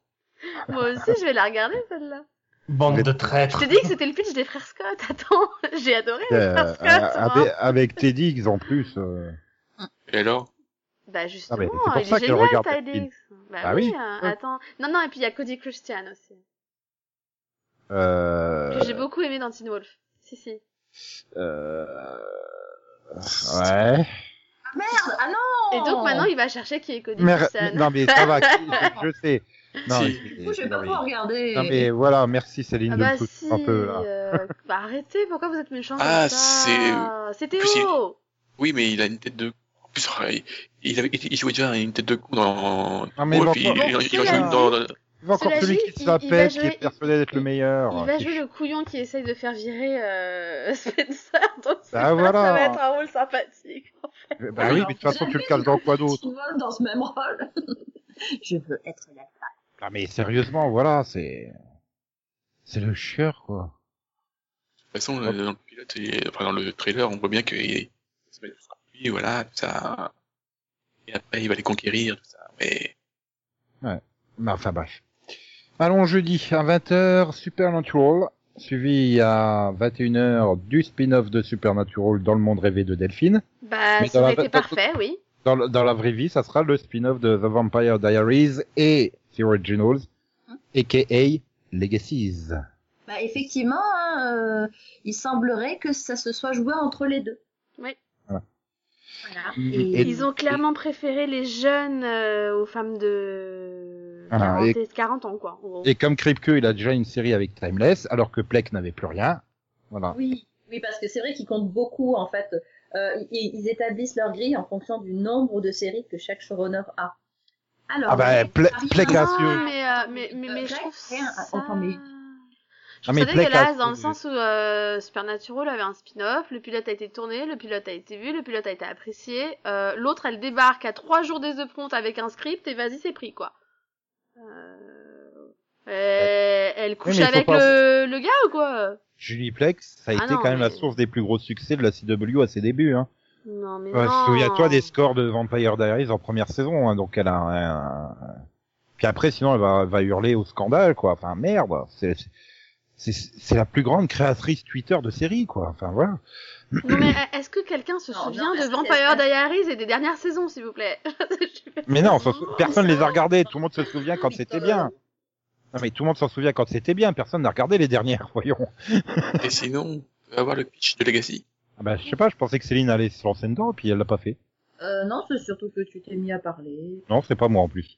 [SPEAKER 11] moi aussi, je vais la regarder celle-là.
[SPEAKER 9] Bande de
[SPEAKER 11] Je
[SPEAKER 9] traîtres.
[SPEAKER 11] t'ai dit que c'était le pitch des frères Scott. Attends, j'ai adoré les
[SPEAKER 6] Euh,
[SPEAKER 11] frères
[SPEAKER 6] euh,
[SPEAKER 11] Scott. hein. Bah, moi.
[SPEAKER 6] avec, avec Ted Diggs en plus. euh.
[SPEAKER 8] Et alors
[SPEAKER 11] Bah
[SPEAKER 6] Ah,
[SPEAKER 11] justement,
[SPEAKER 6] mais c'est pour
[SPEAKER 11] il
[SPEAKER 6] ça
[SPEAKER 11] est
[SPEAKER 6] qu'elle
[SPEAKER 11] génial,
[SPEAKER 6] regarde
[SPEAKER 11] Ty
[SPEAKER 6] Ted
[SPEAKER 11] Diggs.
[SPEAKER 6] Diggs.
[SPEAKER 11] Bah,
[SPEAKER 6] Bah
[SPEAKER 11] oui,
[SPEAKER 6] oui.
[SPEAKER 11] hein, attends. Non, non, et puis il y a Cody Christian aussi.
[SPEAKER 6] Euh...
[SPEAKER 11] que J'ai beaucoup aimé dans Teen Wolf. Si, si.
[SPEAKER 6] Euh... Ouais.
[SPEAKER 10] Merde, ah non
[SPEAKER 11] Et donc maintenant, il va chercher qui est Cody
[SPEAKER 6] Mais-
[SPEAKER 11] Christian.
[SPEAKER 6] non mais ça va, je, je sais. Non,
[SPEAKER 8] Si.
[SPEAKER 6] mais-
[SPEAKER 10] Du coup, je vais
[SPEAKER 6] non,
[SPEAKER 10] pas
[SPEAKER 6] mais-
[SPEAKER 10] pouvoir regarder.
[SPEAKER 6] non, mais voilà, merci Céline
[SPEAKER 11] Ah
[SPEAKER 6] de
[SPEAKER 11] bah
[SPEAKER 6] me foutre
[SPEAKER 11] si,
[SPEAKER 6] un peu là.
[SPEAKER 11] euh, bah arrêtez, pourquoi vous êtes méchant
[SPEAKER 8] Ah,
[SPEAKER 11] comme ça C'est
[SPEAKER 8] plus il-
[SPEAKER 11] Théo
[SPEAKER 8] Oui, mais il a une tête de. En plus, il- il, avait, il jouait déjà une tête de con dans.
[SPEAKER 6] Non, Ah, mais
[SPEAKER 8] Ouais,
[SPEAKER 6] bon,
[SPEAKER 8] puis il,
[SPEAKER 6] bon,
[SPEAKER 8] il- il
[SPEAKER 11] c'est
[SPEAKER 8] en joue
[SPEAKER 11] la
[SPEAKER 6] hein.
[SPEAKER 8] une dans. dans-
[SPEAKER 6] Il y a encore
[SPEAKER 11] Cela
[SPEAKER 6] celui
[SPEAKER 11] dit,
[SPEAKER 6] qui
[SPEAKER 11] il-
[SPEAKER 6] se la
[SPEAKER 11] il
[SPEAKER 6] pète,
[SPEAKER 11] va
[SPEAKER 6] qui
[SPEAKER 11] jouer-
[SPEAKER 6] est persuadé d'être le meilleur.
[SPEAKER 11] Il va jouer le couillon qui essaye de faire virer euh, Spencer, donc c'est
[SPEAKER 6] Bah
[SPEAKER 11] ça,
[SPEAKER 6] voilà.
[SPEAKER 11] ça va être un rôle sympathique.
[SPEAKER 6] Bah oui, mais de toute façon tu le casses dans quoi d'autre
[SPEAKER 10] Steven dans ce même rôle. je veux être là.
[SPEAKER 6] Non mais sérieusement, voilà, c'est c'est le chieur quoi.
[SPEAKER 8] De toute façon, euh, dans le pilote, il- enfin, dans le trailer, on voit bien qu'il il se met sur lui, voilà, tout ça. Et après, il va les conquérir, tout ça. Mais.
[SPEAKER 6] Mais enfin bref. Allons jeudi à 20h Supernatural, suivi à 21h du spin-off de Supernatural dans le monde rêvé de Delphine.
[SPEAKER 11] Bah,
[SPEAKER 6] Mais
[SPEAKER 11] ça
[SPEAKER 6] dans la-
[SPEAKER 11] aurait été
[SPEAKER 6] dans-
[SPEAKER 11] parfait, oui.
[SPEAKER 6] Dans, le- dans la vraie vie, ça sera le spin-off de The Vampire Diaries et The Originals,
[SPEAKER 11] Hein
[SPEAKER 6] aka Legacies.
[SPEAKER 10] Bah, effectivement, hein, euh, il semblerait que ça se soit joué entre les deux.
[SPEAKER 11] Oui.
[SPEAKER 6] Voilà.
[SPEAKER 10] Voilà.
[SPEAKER 6] Et-
[SPEAKER 10] Et-
[SPEAKER 11] Ils ont clairement préféré les jeunes euh, aux femmes de
[SPEAKER 6] Ah,
[SPEAKER 11] 40,
[SPEAKER 6] et-
[SPEAKER 11] et 40 ans, quoi. en gros.
[SPEAKER 6] Et comme Kripke, il a déjà une série avec Timeless, alors que Plek n'avait plus rien. Voilà.
[SPEAKER 10] Oui, oui, parce que c'est vrai qu'ils comptent beaucoup en fait. Euh, ils, ils établissent leur grille en fonction du nombre de séries que chaque showrunner a. Alors,
[SPEAKER 6] Ah bah, Pla-
[SPEAKER 10] Ariana-
[SPEAKER 6] Plek a su-
[SPEAKER 11] Non, mais, euh, mais, mais, mais je
[SPEAKER 10] Rien,
[SPEAKER 11] trouve ça...
[SPEAKER 10] rien, attends, mais-
[SPEAKER 11] Je trouve
[SPEAKER 6] Ah, mais
[SPEAKER 11] ça
[SPEAKER 6] Plek a
[SPEAKER 11] dégueulasse
[SPEAKER 6] su-
[SPEAKER 11] dans le sens où euh, Supernatural avait un spin-off, le pilote a été tourné, le pilote a été vu, le pilote a été apprécié. euh, L'autre, elle débarque à trois jours des upfronts avec un script et vas-y, c'est pris quoi. Euh, euh, Elle couche
[SPEAKER 6] mais il faut
[SPEAKER 11] avec
[SPEAKER 6] pas-
[SPEAKER 11] le... le gars ou quoi
[SPEAKER 6] Julie Plec, ça a
[SPEAKER 11] Ah
[SPEAKER 6] été
[SPEAKER 11] non,
[SPEAKER 6] quand même la
[SPEAKER 11] mais-
[SPEAKER 6] source des plus gros succès de la CW à ses débuts. Hein.
[SPEAKER 11] Non mais
[SPEAKER 6] Ouais,
[SPEAKER 11] non.
[SPEAKER 6] Souviens-toi des scores de Vampire Diaries en première saison, hein, donc elle a un... Puis après, sinon, elle va, va hurler au scandale, quoi. Enfin, merde, c'est... C'est c'est la plus grande créatrice Twitter de série, quoi. Enfin, voilà.
[SPEAKER 11] Non mais euh, est-ce que quelqu'un se
[SPEAKER 10] Non, non,
[SPEAKER 11] souvient
[SPEAKER 10] parce
[SPEAKER 11] de
[SPEAKER 10] que
[SPEAKER 11] Vampire
[SPEAKER 10] c'est-
[SPEAKER 11] Diaries et des dernières saisons, s'il vous plaît
[SPEAKER 6] Mais non, on s'en
[SPEAKER 10] Ah,
[SPEAKER 6] sou- personne les a regardés. Tout le monde se souvient quand c'était bien. Non, mais tout le monde s'en souvient quand c'était bien. Personne n'a regardé les dernières, voyons.
[SPEAKER 8] Et sinon, on peut avoir le pitch de Legacy.
[SPEAKER 6] Ah bah, je sais pas, je pensais que Céline allait se lancer dedans, puis elle l'a pas fait.
[SPEAKER 10] Euh, non, c'est surtout que tu t'es mis à parler.
[SPEAKER 6] Non, c'est pas moi en plus.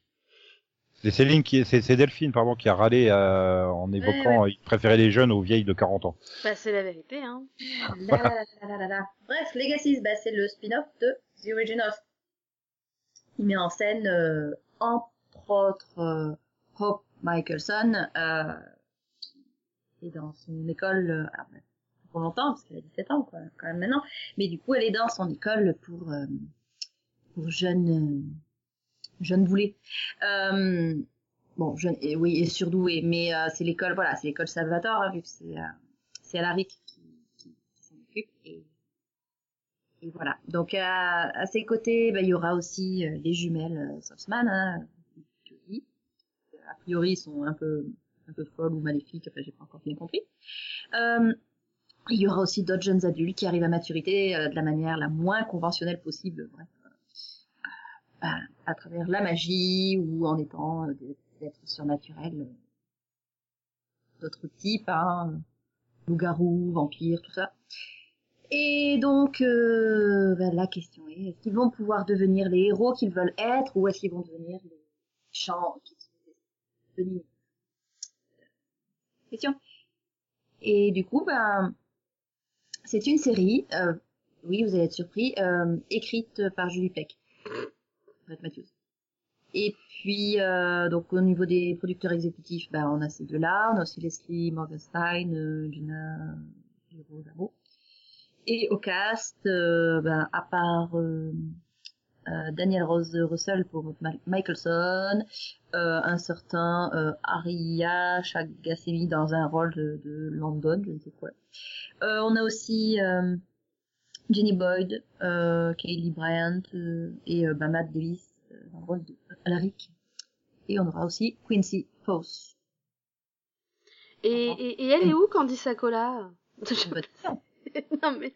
[SPEAKER 6] C'est Céline qui, c'est c'est Delphine pardon qui a râlé euh, en évoquant, euh, il préférait les jeunes aux vieilles de 40 ans.
[SPEAKER 11] Bah c'est la vérité hein.
[SPEAKER 10] Là, là, là, là, là, là. Bref, Legacies, bah, c'est le spin-off de The Originals. Il met en scène, euh, entre autres, euh, Hope Michelson, euh, qui est dans son école, euh, alors, bah, pour longtemps, parce qu'elle a 17 ans, quoi, quand même maintenant. Mais du coup, elle est dans son école pour, euh, pour jeunes, euh, jeunes boulets. Euh, bon, jeune, et oui, et surdoué, mais euh, c'est l'école, voilà, c'est l'école Salvatore, hein, vu que c'est, euh, c'est Alaric qui, qui, qui s'en occupe. Et, et voilà. Donc à, à ses côtés, bah, il y aura aussi euh, les jumelles euh, Saltzman, hein, qui, qui, a priori, euh, sont un peu un peu folle ou maléfique, enfin j'ai pas encore bien compris. Euh, il y aura aussi d'autres jeunes adultes qui arrivent à maturité euh, de la manière la moins conventionnelle possible, bref, euh, ben, à travers la magie ou en étant euh, des êtres surnaturels, euh, d'autres types, hein, loups-garous, vampires, tout ça. Et donc, euh, ben, la question est, est-ce qu'ils vont pouvoir devenir les héros qu'ils veulent être ou est-ce qu'ils vont devenir les méchants qui sont des venimeux Question. Et du coup, ben, c'est une série, euh, oui, vous allez être surpris, euh, écrite par Julie Peck, Brett Matthews. Et puis, euh, donc au niveau des producteurs exécutifs, ben, on a ces deux-là, on a aussi Leslie Morgenstein, euh, Gina Giraud-Lamo. Et au cast, euh, ben, à part euh, euh, Daniel Rose Russell pour Ma- Michelson, euh, un certain euh, Aria Chagasemi dans un rôle de, de London, je ne sais quoi. Euh, on a aussi euh, Jenny Boyd, euh, Kaylee Bryant euh, et euh, bah, Matt Davis euh, dans le rôle de Alaric. Et on aura aussi Quincy Post.
[SPEAKER 11] Et, et, et elle est où, Candy Sakola Non, mais.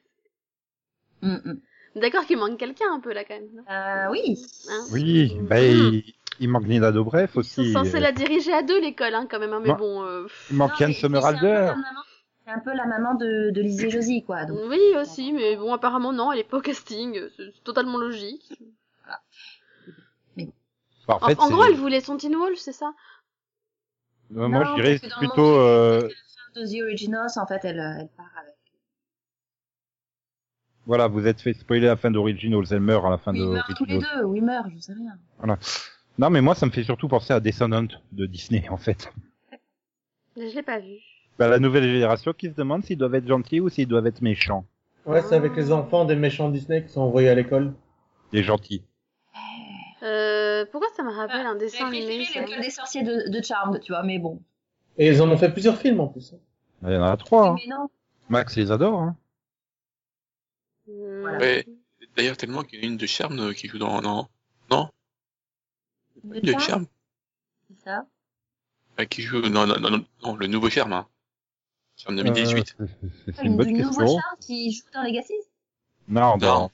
[SPEAKER 10] Mm,
[SPEAKER 11] D'accord qu'il manque quelqu'un un peu là quand même. non
[SPEAKER 10] Ah oui.
[SPEAKER 11] Hein
[SPEAKER 6] Oui, bah, il, il manque Nina Dobrev
[SPEAKER 11] Ils
[SPEAKER 6] aussi.
[SPEAKER 11] sont censés la diriger à deux l'école hein, quand même, hein, mais
[SPEAKER 6] Moi-
[SPEAKER 11] bon. euh, pff.
[SPEAKER 6] Il manque Yann Sommerhalder.
[SPEAKER 10] C'est un peu la maman de, de Lizzie Josie, quoi. Donc,
[SPEAKER 11] Oui, aussi, mais bon, apparemment non, elle est pas au casting, euh, c'est c'est totalement logique.
[SPEAKER 6] Enfin, Bah, en
[SPEAKER 11] En,
[SPEAKER 6] fait,
[SPEAKER 11] en
[SPEAKER 6] c'est-
[SPEAKER 11] gros, elle voulait son teen wolf, c'est ça
[SPEAKER 6] euh, moi,
[SPEAKER 10] Non,
[SPEAKER 6] je dirais
[SPEAKER 10] parce que dans le
[SPEAKER 6] plutôt. euh,
[SPEAKER 10] de The Originals, en fait, elle, elle part euh, avec.
[SPEAKER 6] Voilà, vous êtes fait spoiler la fin d'Originals, elle meurt à la fin
[SPEAKER 10] Oui,
[SPEAKER 6] de.
[SPEAKER 10] ils meurent tous les
[SPEAKER 6] Originals.
[SPEAKER 10] deux, oui, ils meurent, je sais rien.
[SPEAKER 6] Voilà. Non, mais moi, ça me fait surtout penser à Descendant de Disney, en fait.
[SPEAKER 11] Je l'ai pas vu.
[SPEAKER 6] Bah, la nouvelle génération qui se demande s'ils doivent être gentils ou s'ils doivent être méchants.
[SPEAKER 9] Ouais, c'est avec les enfants des méchants Disney qui sont envoyés à l'école.
[SPEAKER 6] Des gentils.
[SPEAKER 11] Euh, pourquoi ça me rappelle
[SPEAKER 8] Ah,
[SPEAKER 11] un dessin
[SPEAKER 10] J'ai filmé
[SPEAKER 11] animé ça
[SPEAKER 10] l'école des sorciers de, de Charmed, tu vois, mais bon.
[SPEAKER 9] Et ils en ont fait plusieurs films en plus.
[SPEAKER 6] Il y en a trois. hein.
[SPEAKER 10] Mais non.
[SPEAKER 6] Max les adore. Hein.
[SPEAKER 11] Voilà.
[SPEAKER 8] Ouais. D'ailleurs, tellement qu'il y en a une de Charme euh, qui joue dans. Non, non
[SPEAKER 10] De
[SPEAKER 8] une de Charme
[SPEAKER 10] c'est ça.
[SPEAKER 8] euh, qui joue dans, dans, dans- dans le nouveau Charme. Hein. Charme 2018.
[SPEAKER 6] Euh, c'est- c'est- c'est
[SPEAKER 10] Du
[SPEAKER 6] une bonne
[SPEAKER 10] nouveau
[SPEAKER 6] question.
[SPEAKER 10] Charmed qui joue dans Legacy.
[SPEAKER 6] Non, dans,
[SPEAKER 8] Non.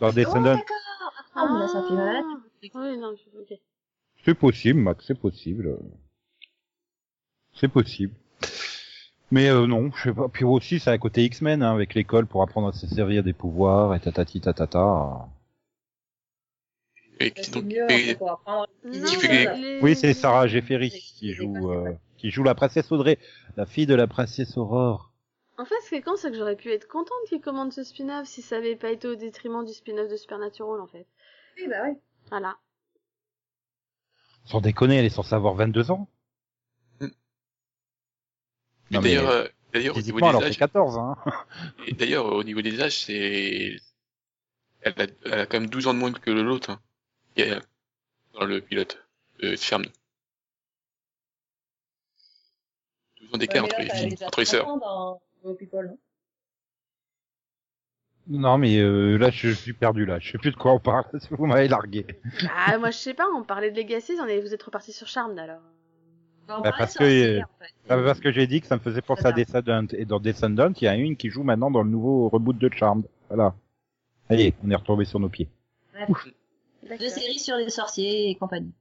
[SPEAKER 6] dans
[SPEAKER 10] Oh,
[SPEAKER 6] Descendant.
[SPEAKER 10] d'accord. Ah, mais là, ça fait mal à la tête.
[SPEAKER 11] Oui, non, je- ok.
[SPEAKER 6] C'est possible, Max, c'est possible. C'est possible. Mais euh, non, je sais pas. Puis aussi, c'est un côté X-Men, hein, avec l'école pour apprendre à se servir des pouvoirs et tatati tatata.
[SPEAKER 8] Et qui
[SPEAKER 10] C'est
[SPEAKER 8] donc.
[SPEAKER 10] mieux, en
[SPEAKER 8] et-
[SPEAKER 10] fait, pour apprendre.
[SPEAKER 11] Non,
[SPEAKER 8] Il fait
[SPEAKER 11] mais
[SPEAKER 8] que-
[SPEAKER 11] les-
[SPEAKER 6] Oui, c'est Sarah Jeffery
[SPEAKER 10] les-
[SPEAKER 6] qui
[SPEAKER 10] les
[SPEAKER 6] joue,
[SPEAKER 10] écoles,
[SPEAKER 6] euh, qui joue la princesse Audrey, la fille de la princesse Aurore.
[SPEAKER 11] En fait, ce qui est con, c'est que j'aurais pu être contente qu'ils commandent ce spin-off si ça avait pas été au détriment du spin-off de Supernatural, en fait.
[SPEAKER 10] Oui, bah oui.
[SPEAKER 11] Voilà.
[SPEAKER 6] Sans déconner, elle est censée avoir 22 ans.
[SPEAKER 8] Hmm.
[SPEAKER 6] Non, mais
[SPEAKER 8] D'ailleurs, euh, d'ailleurs, au niveau
[SPEAKER 6] physiquement, elle en
[SPEAKER 8] des
[SPEAKER 6] fait
[SPEAKER 8] âges,
[SPEAKER 6] 14, hein.
[SPEAKER 8] et d'ailleurs, au niveau des âges, c'est. Elle a, elle a quand même 12 ans de moins que l'autre. Hein. qui est Dans le pilote. Euh, Charme. 12 ans d'écart entre les filles, entre les sœurs.
[SPEAKER 10] dans Go People, hein. non
[SPEAKER 6] Non, mais euh, là, je, je suis perdu, là. Je sais plus de quoi on parle. Vous m'avez largué.
[SPEAKER 11] Ah, moi, je sais pas, on parlait de Legacy, on est... vous êtes reparti sur Charmed, alors.
[SPEAKER 10] Bah, on
[SPEAKER 6] Bah,
[SPEAKER 10] parlait
[SPEAKER 6] parce
[SPEAKER 10] de
[SPEAKER 6] que,
[SPEAKER 10] sorciers,
[SPEAKER 6] euh,
[SPEAKER 10] en fait.
[SPEAKER 6] Ah, parce que j'ai dit que ça me faisait penser à Descendant. Et dans Descendant, il y a une qui joue maintenant dans le nouveau reboot de Charmed. Voilà. Allez, on est retombé sur nos pieds.
[SPEAKER 10] Deux séries sur les sorciers et compagnie.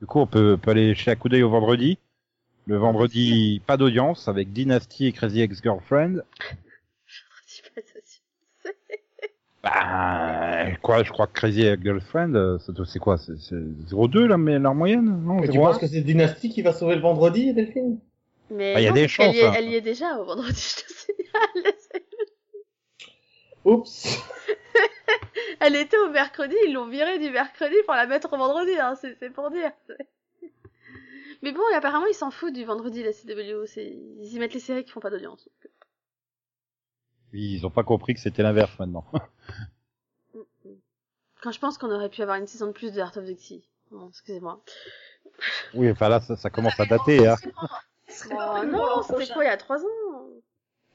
[SPEAKER 6] Du coup, on peut, peut aller jeter un coup d'œil au vendredi. Le vendredi, pas d'audience avec Dynasty et Crazy Ex-Girlfriend.
[SPEAKER 11] Je pas ça sûr.
[SPEAKER 6] Bah, quoi, je crois que Crazy Ex-Girlfriend, euh, c'est c'est quoi C'est c'est 0,2 la, mais leur moyenne Non,
[SPEAKER 9] Et tu
[SPEAKER 6] 0,1?
[SPEAKER 9] penses que c'est Dynasty qui va sauver le vendredi, Delphine
[SPEAKER 11] Mais
[SPEAKER 6] Bah, y a
[SPEAKER 11] non,
[SPEAKER 6] des
[SPEAKER 11] parce qu'elle
[SPEAKER 6] chances,
[SPEAKER 11] y est-
[SPEAKER 6] hein.
[SPEAKER 11] Elle y est déjà au vendredi, je te signale.
[SPEAKER 9] Oups
[SPEAKER 11] Elle était au mercredi, ils l'ont virée du mercredi pour la mettre au vendredi, hein, c'est c'est pour dire. Mais bon, apparemment, ils s'en foutent du vendredi, la CW. c'est- Ils y mettent les séries qui font pas d'audience.
[SPEAKER 6] Oui, ils ont pas compris que c'était l'inverse maintenant.
[SPEAKER 11] Quand je pense qu'on aurait pu avoir une saison de plus de Heart of the Sea. Bon, excusez-moi.
[SPEAKER 6] oui, enfin là, ça, ça commence à dater. Hein.
[SPEAKER 10] C'est pas
[SPEAKER 11] Oh,
[SPEAKER 10] plus
[SPEAKER 11] non,
[SPEAKER 10] pour l'an
[SPEAKER 11] c'était
[SPEAKER 10] prochain.
[SPEAKER 11] quoi, il y a trois ans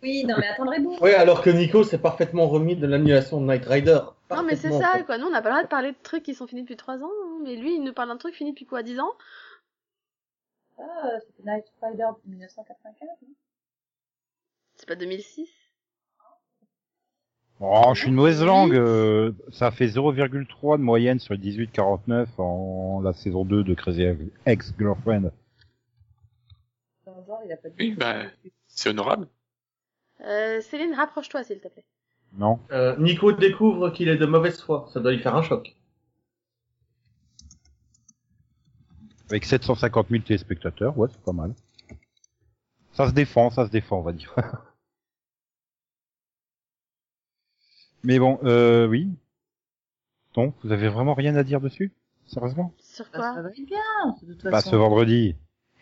[SPEAKER 10] Oui, non, mais attendrez-vous.
[SPEAKER 9] Ouais, alors que Nico s'est parfaitement remis de l'annulation de Knight Rider.
[SPEAKER 11] Non, mais c'est
[SPEAKER 9] Parfaitement,
[SPEAKER 11] ça,
[SPEAKER 9] quoi.
[SPEAKER 11] quoi. Nous, on n'a pas le droit de parler de trucs qui sont finis depuis trois ans. hein. Mais lui, il nous parle d'un truc fini depuis quoi, dix ans
[SPEAKER 10] pas, euh, c'était Night Spider de 1995, non
[SPEAKER 11] C'est pas 2006
[SPEAKER 6] Oh, je suis une mauvaise langue. euh, ça fait 0,3 de moyenne sur 18-49 en la saison 2 de Crazy Ex-Girlfriend.
[SPEAKER 10] Dans le genre, il a pas de
[SPEAKER 8] Oui, bah, c'est honorable.
[SPEAKER 11] Euh, Céline, rapproche-toi, s'il te plaît.
[SPEAKER 6] Non.
[SPEAKER 9] Euh, Nico découvre qu'il est de mauvaise foi. Ça doit lui faire un choc.
[SPEAKER 6] Avec 750 000 téléspectateurs, ouais, c'est pas mal. Ça se défend, ça se défend, on va dire. Mais bon, euh, oui. Donc, vous avez vraiment rien à dire dessus Sérieusement
[SPEAKER 11] Sur quoi
[SPEAKER 10] bien, de toute
[SPEAKER 6] Bah, ce vendredi.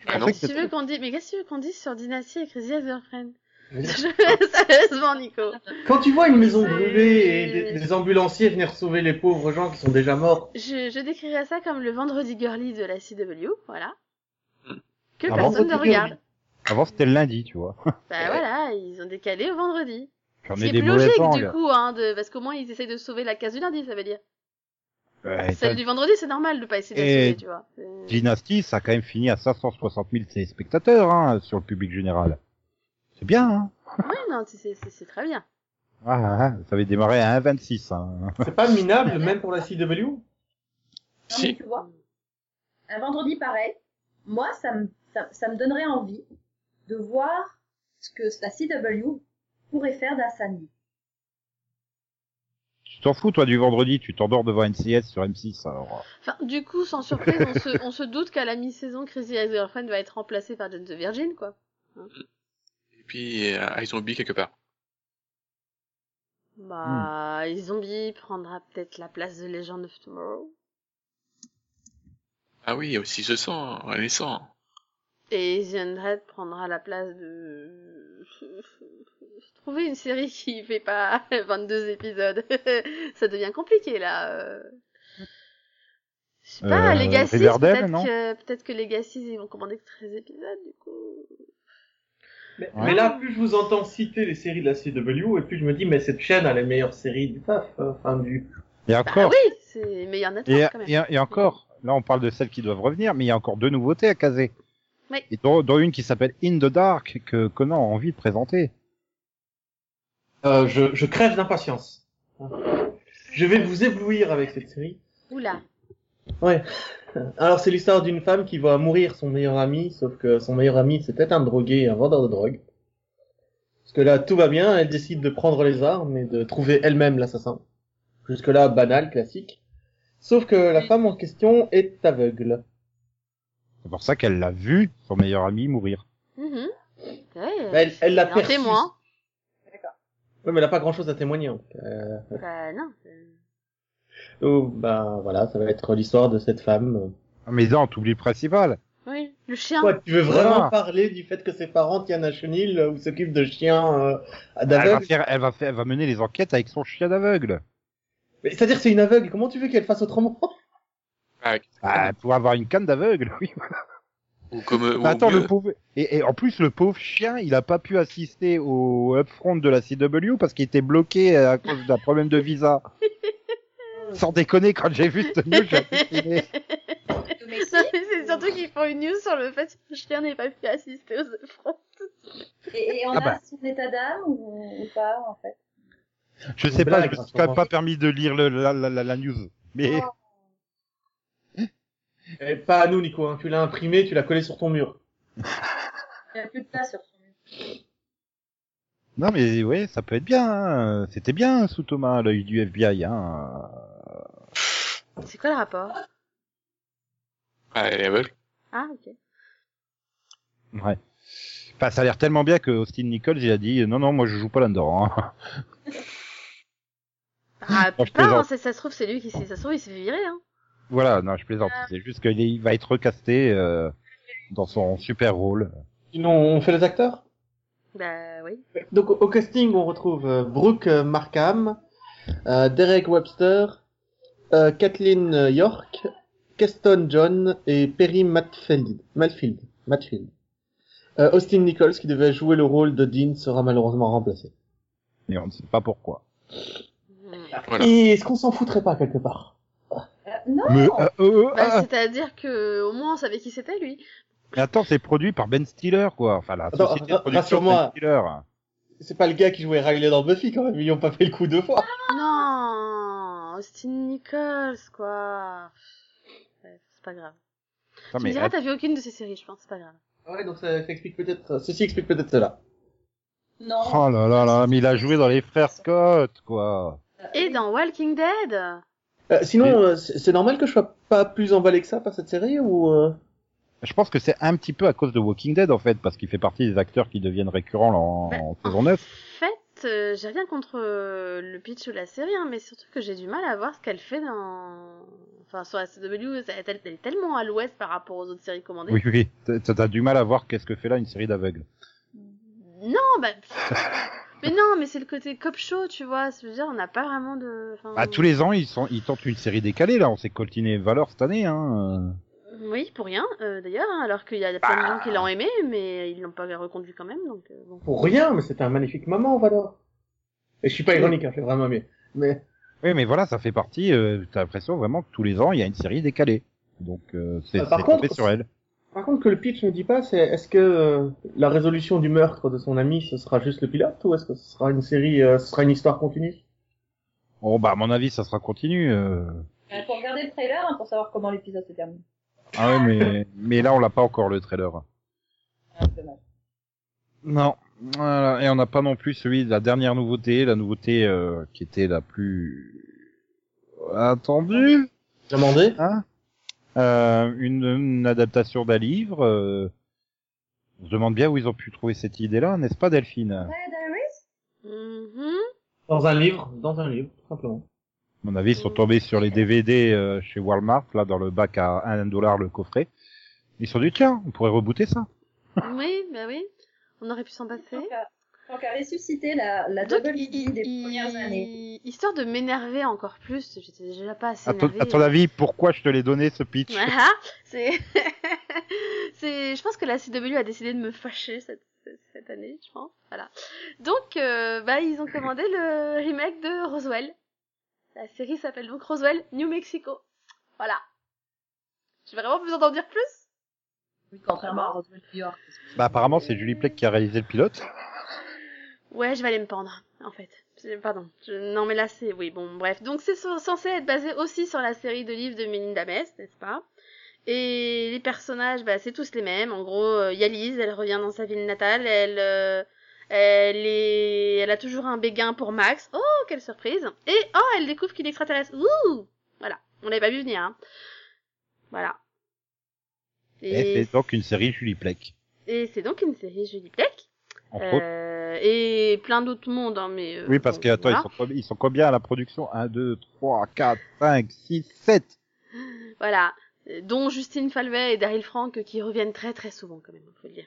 [SPEAKER 11] Bah,
[SPEAKER 6] Ah non,
[SPEAKER 11] qu'est-ce que tu veux qu'on dise Mais qu'est-ce que tu veux qu'on dise sur Dynasty et Crazy as Girlfriend Sérieusement, Nico.
[SPEAKER 9] Quand tu vois une maison brûlée et des, des ambulanciers venir sauver les pauvres gens qui sont déjà morts.
[SPEAKER 11] Je, je décrirais ça comme le vendredi girly de la CW, voilà. Que
[SPEAKER 6] Ah,
[SPEAKER 11] personne
[SPEAKER 6] vendredi
[SPEAKER 11] ne
[SPEAKER 6] Eh
[SPEAKER 11] regarde.
[SPEAKER 6] Avant, c'était le lundi, tu vois.
[SPEAKER 11] Bah voilà, ils ont décalé au vendredi.
[SPEAKER 6] J'en
[SPEAKER 11] C'est
[SPEAKER 6] ai des
[SPEAKER 11] plus
[SPEAKER 6] mauvaises
[SPEAKER 11] logique du
[SPEAKER 6] langues.
[SPEAKER 11] coup, hein, de... parce qu'au moins ils essayent de sauver la case du lundi, ça veut dire.
[SPEAKER 6] Ouais,
[SPEAKER 11] Celle du vendredi, c'est normal de pas essayer de la
[SPEAKER 6] Et-
[SPEAKER 11] sauver, tu vois. Euh,
[SPEAKER 6] Dynasty, ça a quand même fini à 560 000 téléspectateurs hein, sur le public général. C'est bien, hein
[SPEAKER 11] Ouais, non, c'est- c'est c'est- c'est très bien.
[SPEAKER 6] Ah, ah, ah, ça avait démarré à 1,26. Hein.
[SPEAKER 9] C'est pas minable, même pour la CW.
[SPEAKER 10] Non, mais tu vois, un vendredi pareil, moi, ça me, ça, ça me donnerait envie de voir ce que la CW pourrait faire d'un samedi.
[SPEAKER 6] Tu t'en fous, toi, du vendredi, tu t'endors devant NCS sur M6, alors.
[SPEAKER 11] Enfin, du coup, sans surprise, on se, on se doute qu'à la mi-saison, Crazy as Girlfriend va être remplacée par John the Virgin, quoi.
[SPEAKER 8] Et puis, euh, iZombie quelque part.
[SPEAKER 6] Hmm.
[SPEAKER 11] Bah, les zombies prendra peut-être la place de Legend of Tomorrow.
[SPEAKER 8] Ah oui, aussi je sens, on hein, les sent.
[SPEAKER 11] Et The Undead prendra la place de... Trouver une série qui fait pas 22 épisodes, ça devient compliqué, là. euh. Je sais pas,
[SPEAKER 6] Euh,
[SPEAKER 11] Legacy,
[SPEAKER 6] Riverdale,
[SPEAKER 11] peut-être
[SPEAKER 6] non
[SPEAKER 11] que, peut-être que Legacy, ils vont commander que 13 épisodes, du coup.
[SPEAKER 9] Mais, mais là, plus je vous entends citer les séries de la CW, et plus je me dis, mais cette chaîne a les meilleures séries du PAF. euh, Enfin, du...
[SPEAKER 6] Et
[SPEAKER 11] Bah
[SPEAKER 6] encore,
[SPEAKER 11] oui, c'est meilleur network,
[SPEAKER 6] et,
[SPEAKER 11] quand même.
[SPEAKER 6] et- et encore, là, on parle de celles qui doivent revenir, mais il y a encore deux nouveautés à caser.
[SPEAKER 11] Oui.
[SPEAKER 6] Et dont, dont une qui s'appelle In the Dark, que Conan a envie de présenter.
[SPEAKER 9] Euh, je, je crève d'impatience. Je vais vous éblouir avec cette série.
[SPEAKER 11] Oula.
[SPEAKER 9] Ouais. Alors, c'est l'histoire d'une femme qui voit mourir son meilleur ami, sauf que son meilleur ami, c'était un drogué, un vendeur de drogue. Parce que là, tout va bien, elle décide de prendre les armes et de trouver elle-même l'assassin. Jusque-là, banal, classique. Sauf que la femme en question est aveugle.
[SPEAKER 6] C'est pour ça qu'elle l'a vu, son meilleur ami, mourir.
[SPEAKER 11] Mhm. Ouais,
[SPEAKER 9] Bah, elle- elle l'a
[SPEAKER 11] il y a hein. un
[SPEAKER 9] perçu.
[SPEAKER 11] témoin.
[SPEAKER 9] Ouais, mais elle a pas grand-chose à témoigner. en fait. Euh,
[SPEAKER 11] Bah non.
[SPEAKER 9] donc, bah voilà, ça va être l'histoire de cette femme.
[SPEAKER 6] Ah, mais non, t'oublies le principal.
[SPEAKER 11] Oui, le chien.
[SPEAKER 9] Quoi, tu veux vraiment
[SPEAKER 6] Voilà.
[SPEAKER 9] parler du fait que ses parents tiennent un chenil euh, ou s'occupent de chiens euh,
[SPEAKER 6] Elle va,
[SPEAKER 9] d'aveugle
[SPEAKER 6] faire, elle, va faire, elle va mener les enquêtes avec son chien d'aveugle.
[SPEAKER 9] Mais C'est-à-dire que c'est une aveugle, comment tu veux qu'elle fasse autrement
[SPEAKER 8] Ah,
[SPEAKER 6] Ah, pour avoir une canne d'aveugle, oui.
[SPEAKER 8] ou comme, euh, ou
[SPEAKER 6] Mais attends,
[SPEAKER 8] mieux,
[SPEAKER 6] le pauvre. Et, et en plus, le pauvre chien, il a pas pu assister au upfront de la CW parce qu'il était bloqué à cause d'un problème de visa. Sans déconner, quand j'ai vu cette news, j'ai halluciné.
[SPEAKER 10] Au
[SPEAKER 11] Non,
[SPEAKER 10] Mexique,
[SPEAKER 11] mais c'est surtout qu'ils font une news sur le fait que le chien n'ait pas pu assister aux affronts.
[SPEAKER 10] et, et on
[SPEAKER 6] Ah bah.
[SPEAKER 10] a son état d'âme ou, ou pas, en fait.
[SPEAKER 6] Je sais pas, je me
[SPEAKER 9] Blague,
[SPEAKER 6] suis quand même pas permis de lire le, la, la, la, la news. Mais
[SPEAKER 9] Eh, Pas à nous, Nico, hein. tu l'as imprimé, tu l'as collé sur ton mur.
[SPEAKER 10] Il n'y a plus de place sur son mur.
[SPEAKER 6] non, mais ouais, ça peut être bien. hein. C'était bien sous Thomas, l'œil du FBI. Hein.
[SPEAKER 11] C'est quoi le rapport
[SPEAKER 8] ah, elle est aveugle.
[SPEAKER 11] Ah, ok.
[SPEAKER 6] Ouais. Enfin, ça a l'air tellement bien que Austin Nichols il a dit non non moi je joue pas là-dedans. hein.
[SPEAKER 11] Ah,
[SPEAKER 6] Non, je
[SPEAKER 11] putain,
[SPEAKER 6] plaisante.
[SPEAKER 11] hein, c'est- ça se trouve, c'est lui qui s'est, ça se trouve, il s'est fait virer, hein.
[SPEAKER 6] Voilà, non je plaisante. C'est juste qu'il est- il va être recasté euh, dans son super rôle.
[SPEAKER 9] Sinon, on fait les acteurs
[SPEAKER 11] Bah oui.
[SPEAKER 9] Donc, au- au casting, on retrouve euh, Brooke euh, Markham, euh, Derek Webster, euh, Kathleen euh, York, Keston John et Perry Matfield. Matfield. Matfield. Euh, Austin Nichols, qui devait jouer le rôle de Dean, sera malheureusement remplacé.
[SPEAKER 6] Et on ne sait pas pourquoi.
[SPEAKER 8] Voilà.
[SPEAKER 9] Et est-ce qu'on s'en foutrait pas quelque part
[SPEAKER 10] Euh, non,
[SPEAKER 6] Mais, euh, euh,
[SPEAKER 11] Bah,
[SPEAKER 6] ah,
[SPEAKER 11] c'est-à-dire que, au moins, on savait qui c'était, lui.
[SPEAKER 6] Mais euh, attends, c'est produit par Ben Stiller, quoi. Enfin, la
[SPEAKER 9] Attends,
[SPEAKER 6] société de
[SPEAKER 9] ra-
[SPEAKER 6] production de Ben
[SPEAKER 9] rassure-moi.
[SPEAKER 6] Stiller.
[SPEAKER 9] C'est pas le gars qui jouait Riley dans Buffy quand même, ils ont pas fait le coup deux fois.
[SPEAKER 11] Non, Austin Nichols, quoi. Ouais, c'est pas grave.
[SPEAKER 6] Non,
[SPEAKER 11] tu
[SPEAKER 6] Ah, mais
[SPEAKER 11] me diras,
[SPEAKER 6] att-
[SPEAKER 11] t'as vu aucune de ces séries, je pense, c'est pas grave.
[SPEAKER 9] Ouais, donc ça, ça explique peut-être, ceci explique peut-être cela.
[SPEAKER 10] Non.
[SPEAKER 6] Oh là là là, mais il a joué dans les frères Scott, quoi.
[SPEAKER 10] Euh,
[SPEAKER 11] Et dans Walking Dead
[SPEAKER 9] Euh, sinon, euh, c'est c'est normal que je sois pas plus emballé que ça par cette série ou euh,
[SPEAKER 6] Je pense que c'est un petit peu à cause de Walking Dead, en fait, parce qu'il fait partie des acteurs qui deviennent récurrents en,
[SPEAKER 11] Ben,
[SPEAKER 6] en saison 9.
[SPEAKER 11] En fait, euh, j'ai rien contre euh, le pitch de la série, hein, mais surtout que j'ai du mal à voir ce qu'elle fait dans... Enfin, sur SW, elle, elle est tellement à l'ouest par rapport aux autres séries commandées.
[SPEAKER 6] Oui, oui, t'as- t'as du mal à voir qu'est-ce que fait là une série d'aveugles.
[SPEAKER 11] Non, bah... mais non, mais c'est le côté cop show, tu vois. Je veux dire, on n'a pas vraiment de... Enfin,
[SPEAKER 6] Bah, tous les ans, ils, sont, ils tentent une série décalée, là. On s'est coltiné Valor cette année, hein.
[SPEAKER 11] Oui, pour rien, euh, d'ailleurs, hein, alors qu'il y a plein de gens qui l'ont aimé, mais ils l'ont pas reconduit quand même, donc... euh, bon.
[SPEAKER 9] pour rien Mais c'était un magnifique moment, Valor. Et je suis pas ironique, hein, c'est vraiment mais Mais
[SPEAKER 6] Oui, mais voilà, ça fait partie, euh, t'as l'impression vraiment que tous les ans, il y a une série décalée. Donc, euh, c'est
[SPEAKER 9] Ah, par
[SPEAKER 6] c'est tombé
[SPEAKER 9] contre,
[SPEAKER 6] sur elle.
[SPEAKER 9] par contre, que le pitch ne dit pas, c'est est-ce que euh, la résolution du meurtre de son ami, ce sera juste le pilote ou est-ce que ce sera une série, euh, ce sera une histoire continue
[SPEAKER 6] Bon, bah, à mon avis, ça sera continu. euh.
[SPEAKER 10] Euh, faut regarder le trailer hein, pour savoir comment l'épisode se termine.
[SPEAKER 6] Ah ouais, mais, mais là, on l'a pas encore, le trailer.
[SPEAKER 10] Ah, c'est dommage.
[SPEAKER 6] Non. Voilà. Et on n'a pas non plus celui de la dernière nouveauté, la nouveauté euh, qui était la plus attendue,
[SPEAKER 9] Demandé
[SPEAKER 6] hein Euh, une, une adaptation d'un livre. euh, On se demande bien où ils ont pu trouver cette idée-là, n'est-ce pas, Delphine
[SPEAKER 10] Ouais, Diaries
[SPEAKER 11] Mhm.
[SPEAKER 9] Dans un livre, dans un livre, tout simplement.
[SPEAKER 6] À mon avis, ils sont tombés sur les DVD euh, chez Walmart, là, dans le bac à 1 dollar le coffret. Ils se sont dit, tiens, on pourrait rebooter ça.
[SPEAKER 11] Oui, bah oui. On aurait pu s'en passer.
[SPEAKER 10] Tant qu'à- Tant qu'à ressusciter la, la
[SPEAKER 11] Donc,
[SPEAKER 10] double
[SPEAKER 11] il-
[SPEAKER 10] idée des
[SPEAKER 11] il-
[SPEAKER 10] premières années.
[SPEAKER 11] Histoire de m'énerver encore plus, j'étais déjà pas assez
[SPEAKER 6] À ton,
[SPEAKER 11] énervée.
[SPEAKER 6] à ton avis, pourquoi je te l'ai donné, ce pitch
[SPEAKER 11] Voilà, Ah c'est... c'est... Je pense que la CW a décidé de me fâcher cette, cette année, je pense. Voilà. Donc, euh, bah, ils ont commandé le remake de Roswell. La série s'appelle donc Roswell, New Mexico. Voilà. Je vais vraiment vous entendre dire plus
[SPEAKER 10] Oui, contrairement à Roswell New York.
[SPEAKER 6] Bah, apparemment, c'est Julie Plec qui a réalisé le pilote.
[SPEAKER 11] Ouais, je vais aller me pendre, en fait. C'est- Pardon. Je- Non, mais là, c'est... Oui, bon, bref. Donc, c'est so- censé être basé aussi sur la série de livres de Melinda Best, n'est-ce pas Et les personnages, bah, c'est tous les mêmes. En gros, euh, y a Liz, elle revient dans sa ville natale, elle... euh, Elle est... Elle a toujours un béguin pour Max. Oh, quelle surprise Et, oh, elle découvre qu'il est extraterrestre. Ouh Voilà. On l'avait pas vu venir, hein. Voilà.
[SPEAKER 6] Et
[SPEAKER 11] Et,
[SPEAKER 6] Eh, c'est donc une série Julie Plec.
[SPEAKER 11] et c'est donc une série Julie Plec.
[SPEAKER 6] Entre autres.
[SPEAKER 11] Euh, et plein d'autres mondes, hein, mais. euh,
[SPEAKER 6] Oui, parce
[SPEAKER 11] bon,
[SPEAKER 6] que, attends,
[SPEAKER 11] voilà.
[SPEAKER 6] ils sont, com- ils sont combien à la production 1, 2, 3, 4, 5, 6, 7
[SPEAKER 11] Voilà. Euh, Dont Justine Falvet et Daryl Frank euh, qui reviennent très très souvent, quand même, faut le dire.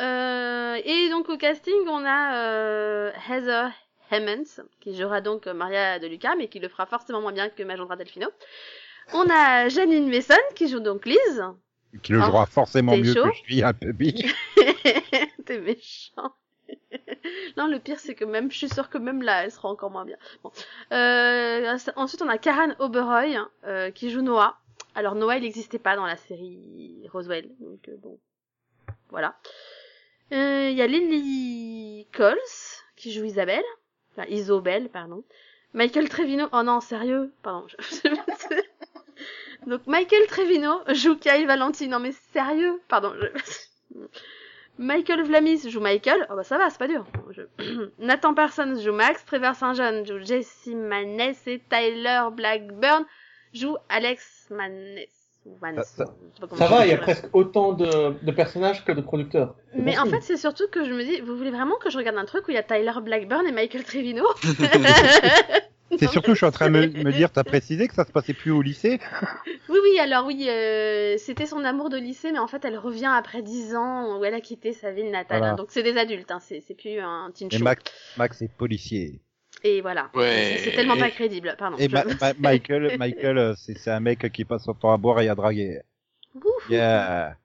[SPEAKER 11] Euh, et donc au casting, on a euh, Heather Hemmons, qui jouera donc euh, Maria de Luca, mais qui le fera forcément moins bien que Magenta Delfino. On a Janine Messon, qui joue donc Liz.
[SPEAKER 6] Qui le
[SPEAKER 11] Ah,
[SPEAKER 6] jouera forcément
[SPEAKER 11] t'es
[SPEAKER 6] mieux
[SPEAKER 11] chaud
[SPEAKER 6] que je suis à public.
[SPEAKER 11] T'es méchant. non, le pire, c'est que même, je suis sûre que même là, elle sera encore moins bien. Bon. Euh, ensuite, on a Karen Oberoi, hein, euh, qui joue Noah. Alors, Noah, il n'existait pas dans la série Roswell. Donc, euh, bon. Voilà. Euh, Il y a Lily Coles, qui joue Isabelle. Enfin, Isobel, pardon. Michael Trevino. Oh non, sérieux Pardon. je- Donc, Michael Trevino joue Kyle Valentine. Non, mais sérieux Pardon. je- Michael Vlamis joue Michael. Oh bah ça va, c'est pas dur. Je- Nathan Parsons joue Max. Trevor Saint-John joue Jesse Maness. Et Tyler Blackburn joue Alex Maness. ou Maness,
[SPEAKER 6] Ça- ça-
[SPEAKER 11] je sais pas comment
[SPEAKER 9] Ça
[SPEAKER 11] on dit,
[SPEAKER 9] va, il y a
[SPEAKER 11] voilà.
[SPEAKER 9] presque autant de, de personnages que de producteurs. C'est
[SPEAKER 11] Mais
[SPEAKER 9] bon
[SPEAKER 11] en
[SPEAKER 9] signe.
[SPEAKER 11] fait, c'est surtout que je me dis, vous voulez vraiment que je regarde un truc où il y a Tyler Blackburn et Michael Trevino
[SPEAKER 6] C'est surtout, je suis en train de me, me dire, t'as précisé que ça se passait plus au lycée
[SPEAKER 11] Oui, oui, alors oui, euh, c'était son amour de lycée, mais en fait, elle revient après 10 ans où elle a quitté sa ville natale.
[SPEAKER 6] Voilà.
[SPEAKER 11] hein. Donc, c'est des adultes, hein, c'est c'est plus un teen
[SPEAKER 6] Et
[SPEAKER 11] show.
[SPEAKER 6] Max, Max est policier.
[SPEAKER 11] Et voilà.
[SPEAKER 8] Ouais.
[SPEAKER 11] C'est- C'est tellement pas
[SPEAKER 6] Et-
[SPEAKER 11] crédible, pardon.
[SPEAKER 6] et
[SPEAKER 11] je-
[SPEAKER 6] Ma- Ma- Michael, Michael, euh, c'est c'est un mec qui passe son temps à boire et à draguer.
[SPEAKER 11] Ouf.
[SPEAKER 6] Yeah.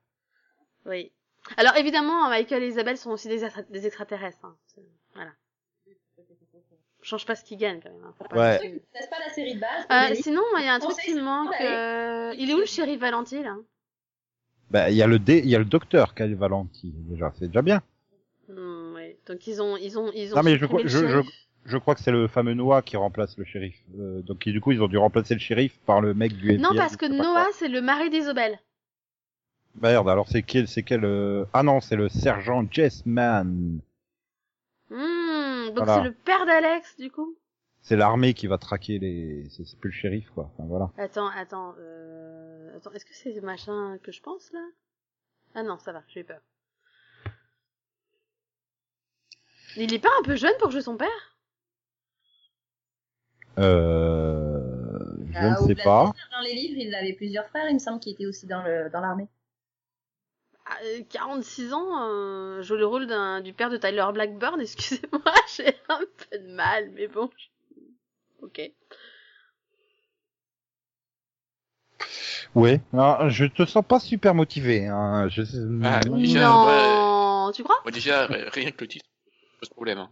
[SPEAKER 11] Oui. Alors, évidemment, Michael et Isabelle sont aussi des, extra- des extraterrestres. hein. C'est- Voilà. Je Change pas ce qu'ils gagnent, quand même. hein, faut pas-
[SPEAKER 6] Ouais.
[SPEAKER 10] C'est pas la série de base.
[SPEAKER 11] Euh,
[SPEAKER 10] mais-
[SPEAKER 11] sinon, moi, il y a un
[SPEAKER 10] Conseil
[SPEAKER 11] truc qui me manque.
[SPEAKER 10] d'aller.
[SPEAKER 11] hein euh, Il est où le shérif Valenti, là
[SPEAKER 6] Bah, il y a le dé, il y a le docteur Cal Valenti déjà, c'est déjà bien.
[SPEAKER 11] Hmm, ouais. Donc ils ont, ils ont, ils ont.
[SPEAKER 6] Non mais je, crois-
[SPEAKER 11] supprimé le
[SPEAKER 6] je, je,
[SPEAKER 11] shérif.
[SPEAKER 6] je crois que c'est le fameux Noah qui remplace le shérif. Euh, donc du coup ils ont dû remplacer le shérif par le mec du.
[SPEAKER 11] Non
[SPEAKER 6] FBI,
[SPEAKER 11] parce
[SPEAKER 6] je
[SPEAKER 11] que
[SPEAKER 6] sais pas
[SPEAKER 11] Noah c'est le mari d'Isobel.
[SPEAKER 6] quoi. Bah, merde, alors c'est quel, c'est quel euh, Ah non, c'est le sergent Jessman.
[SPEAKER 11] Hmm, donc
[SPEAKER 6] Voilà.
[SPEAKER 11] c'est le père d'Alex du coup.
[SPEAKER 6] C'est l'armée qui va traquer les. C'est c'est plus le shérif quoi. Enfin, voilà.
[SPEAKER 11] Attends, attends, euh... attends. Est-ce que c'est le machin que je pense là Ah non, ça va, j'ai peur. Il est pas un peu jeune pour jouer son père
[SPEAKER 6] Euh... Je
[SPEAKER 10] Ah,
[SPEAKER 6] ne
[SPEAKER 10] au
[SPEAKER 6] sais
[SPEAKER 10] Blaster,
[SPEAKER 6] pas.
[SPEAKER 10] Dans les livres, il avait plusieurs frères, il me semble, qui étaient aussi dans le dans l'armée.
[SPEAKER 11] Ah, euh, 46 ans, euh, joue le rôle d'un- du père de Tyler Blackburn, excusez-moi, j'ai un peu de mal, mais bon. je- Ok.
[SPEAKER 6] Ouais. Alors, je te sens pas super motivé. Hein. Je...
[SPEAKER 8] Ah, déjà,
[SPEAKER 11] non, tu crois
[SPEAKER 8] Moi, déjà, r- rien que le titre pose problème. hein.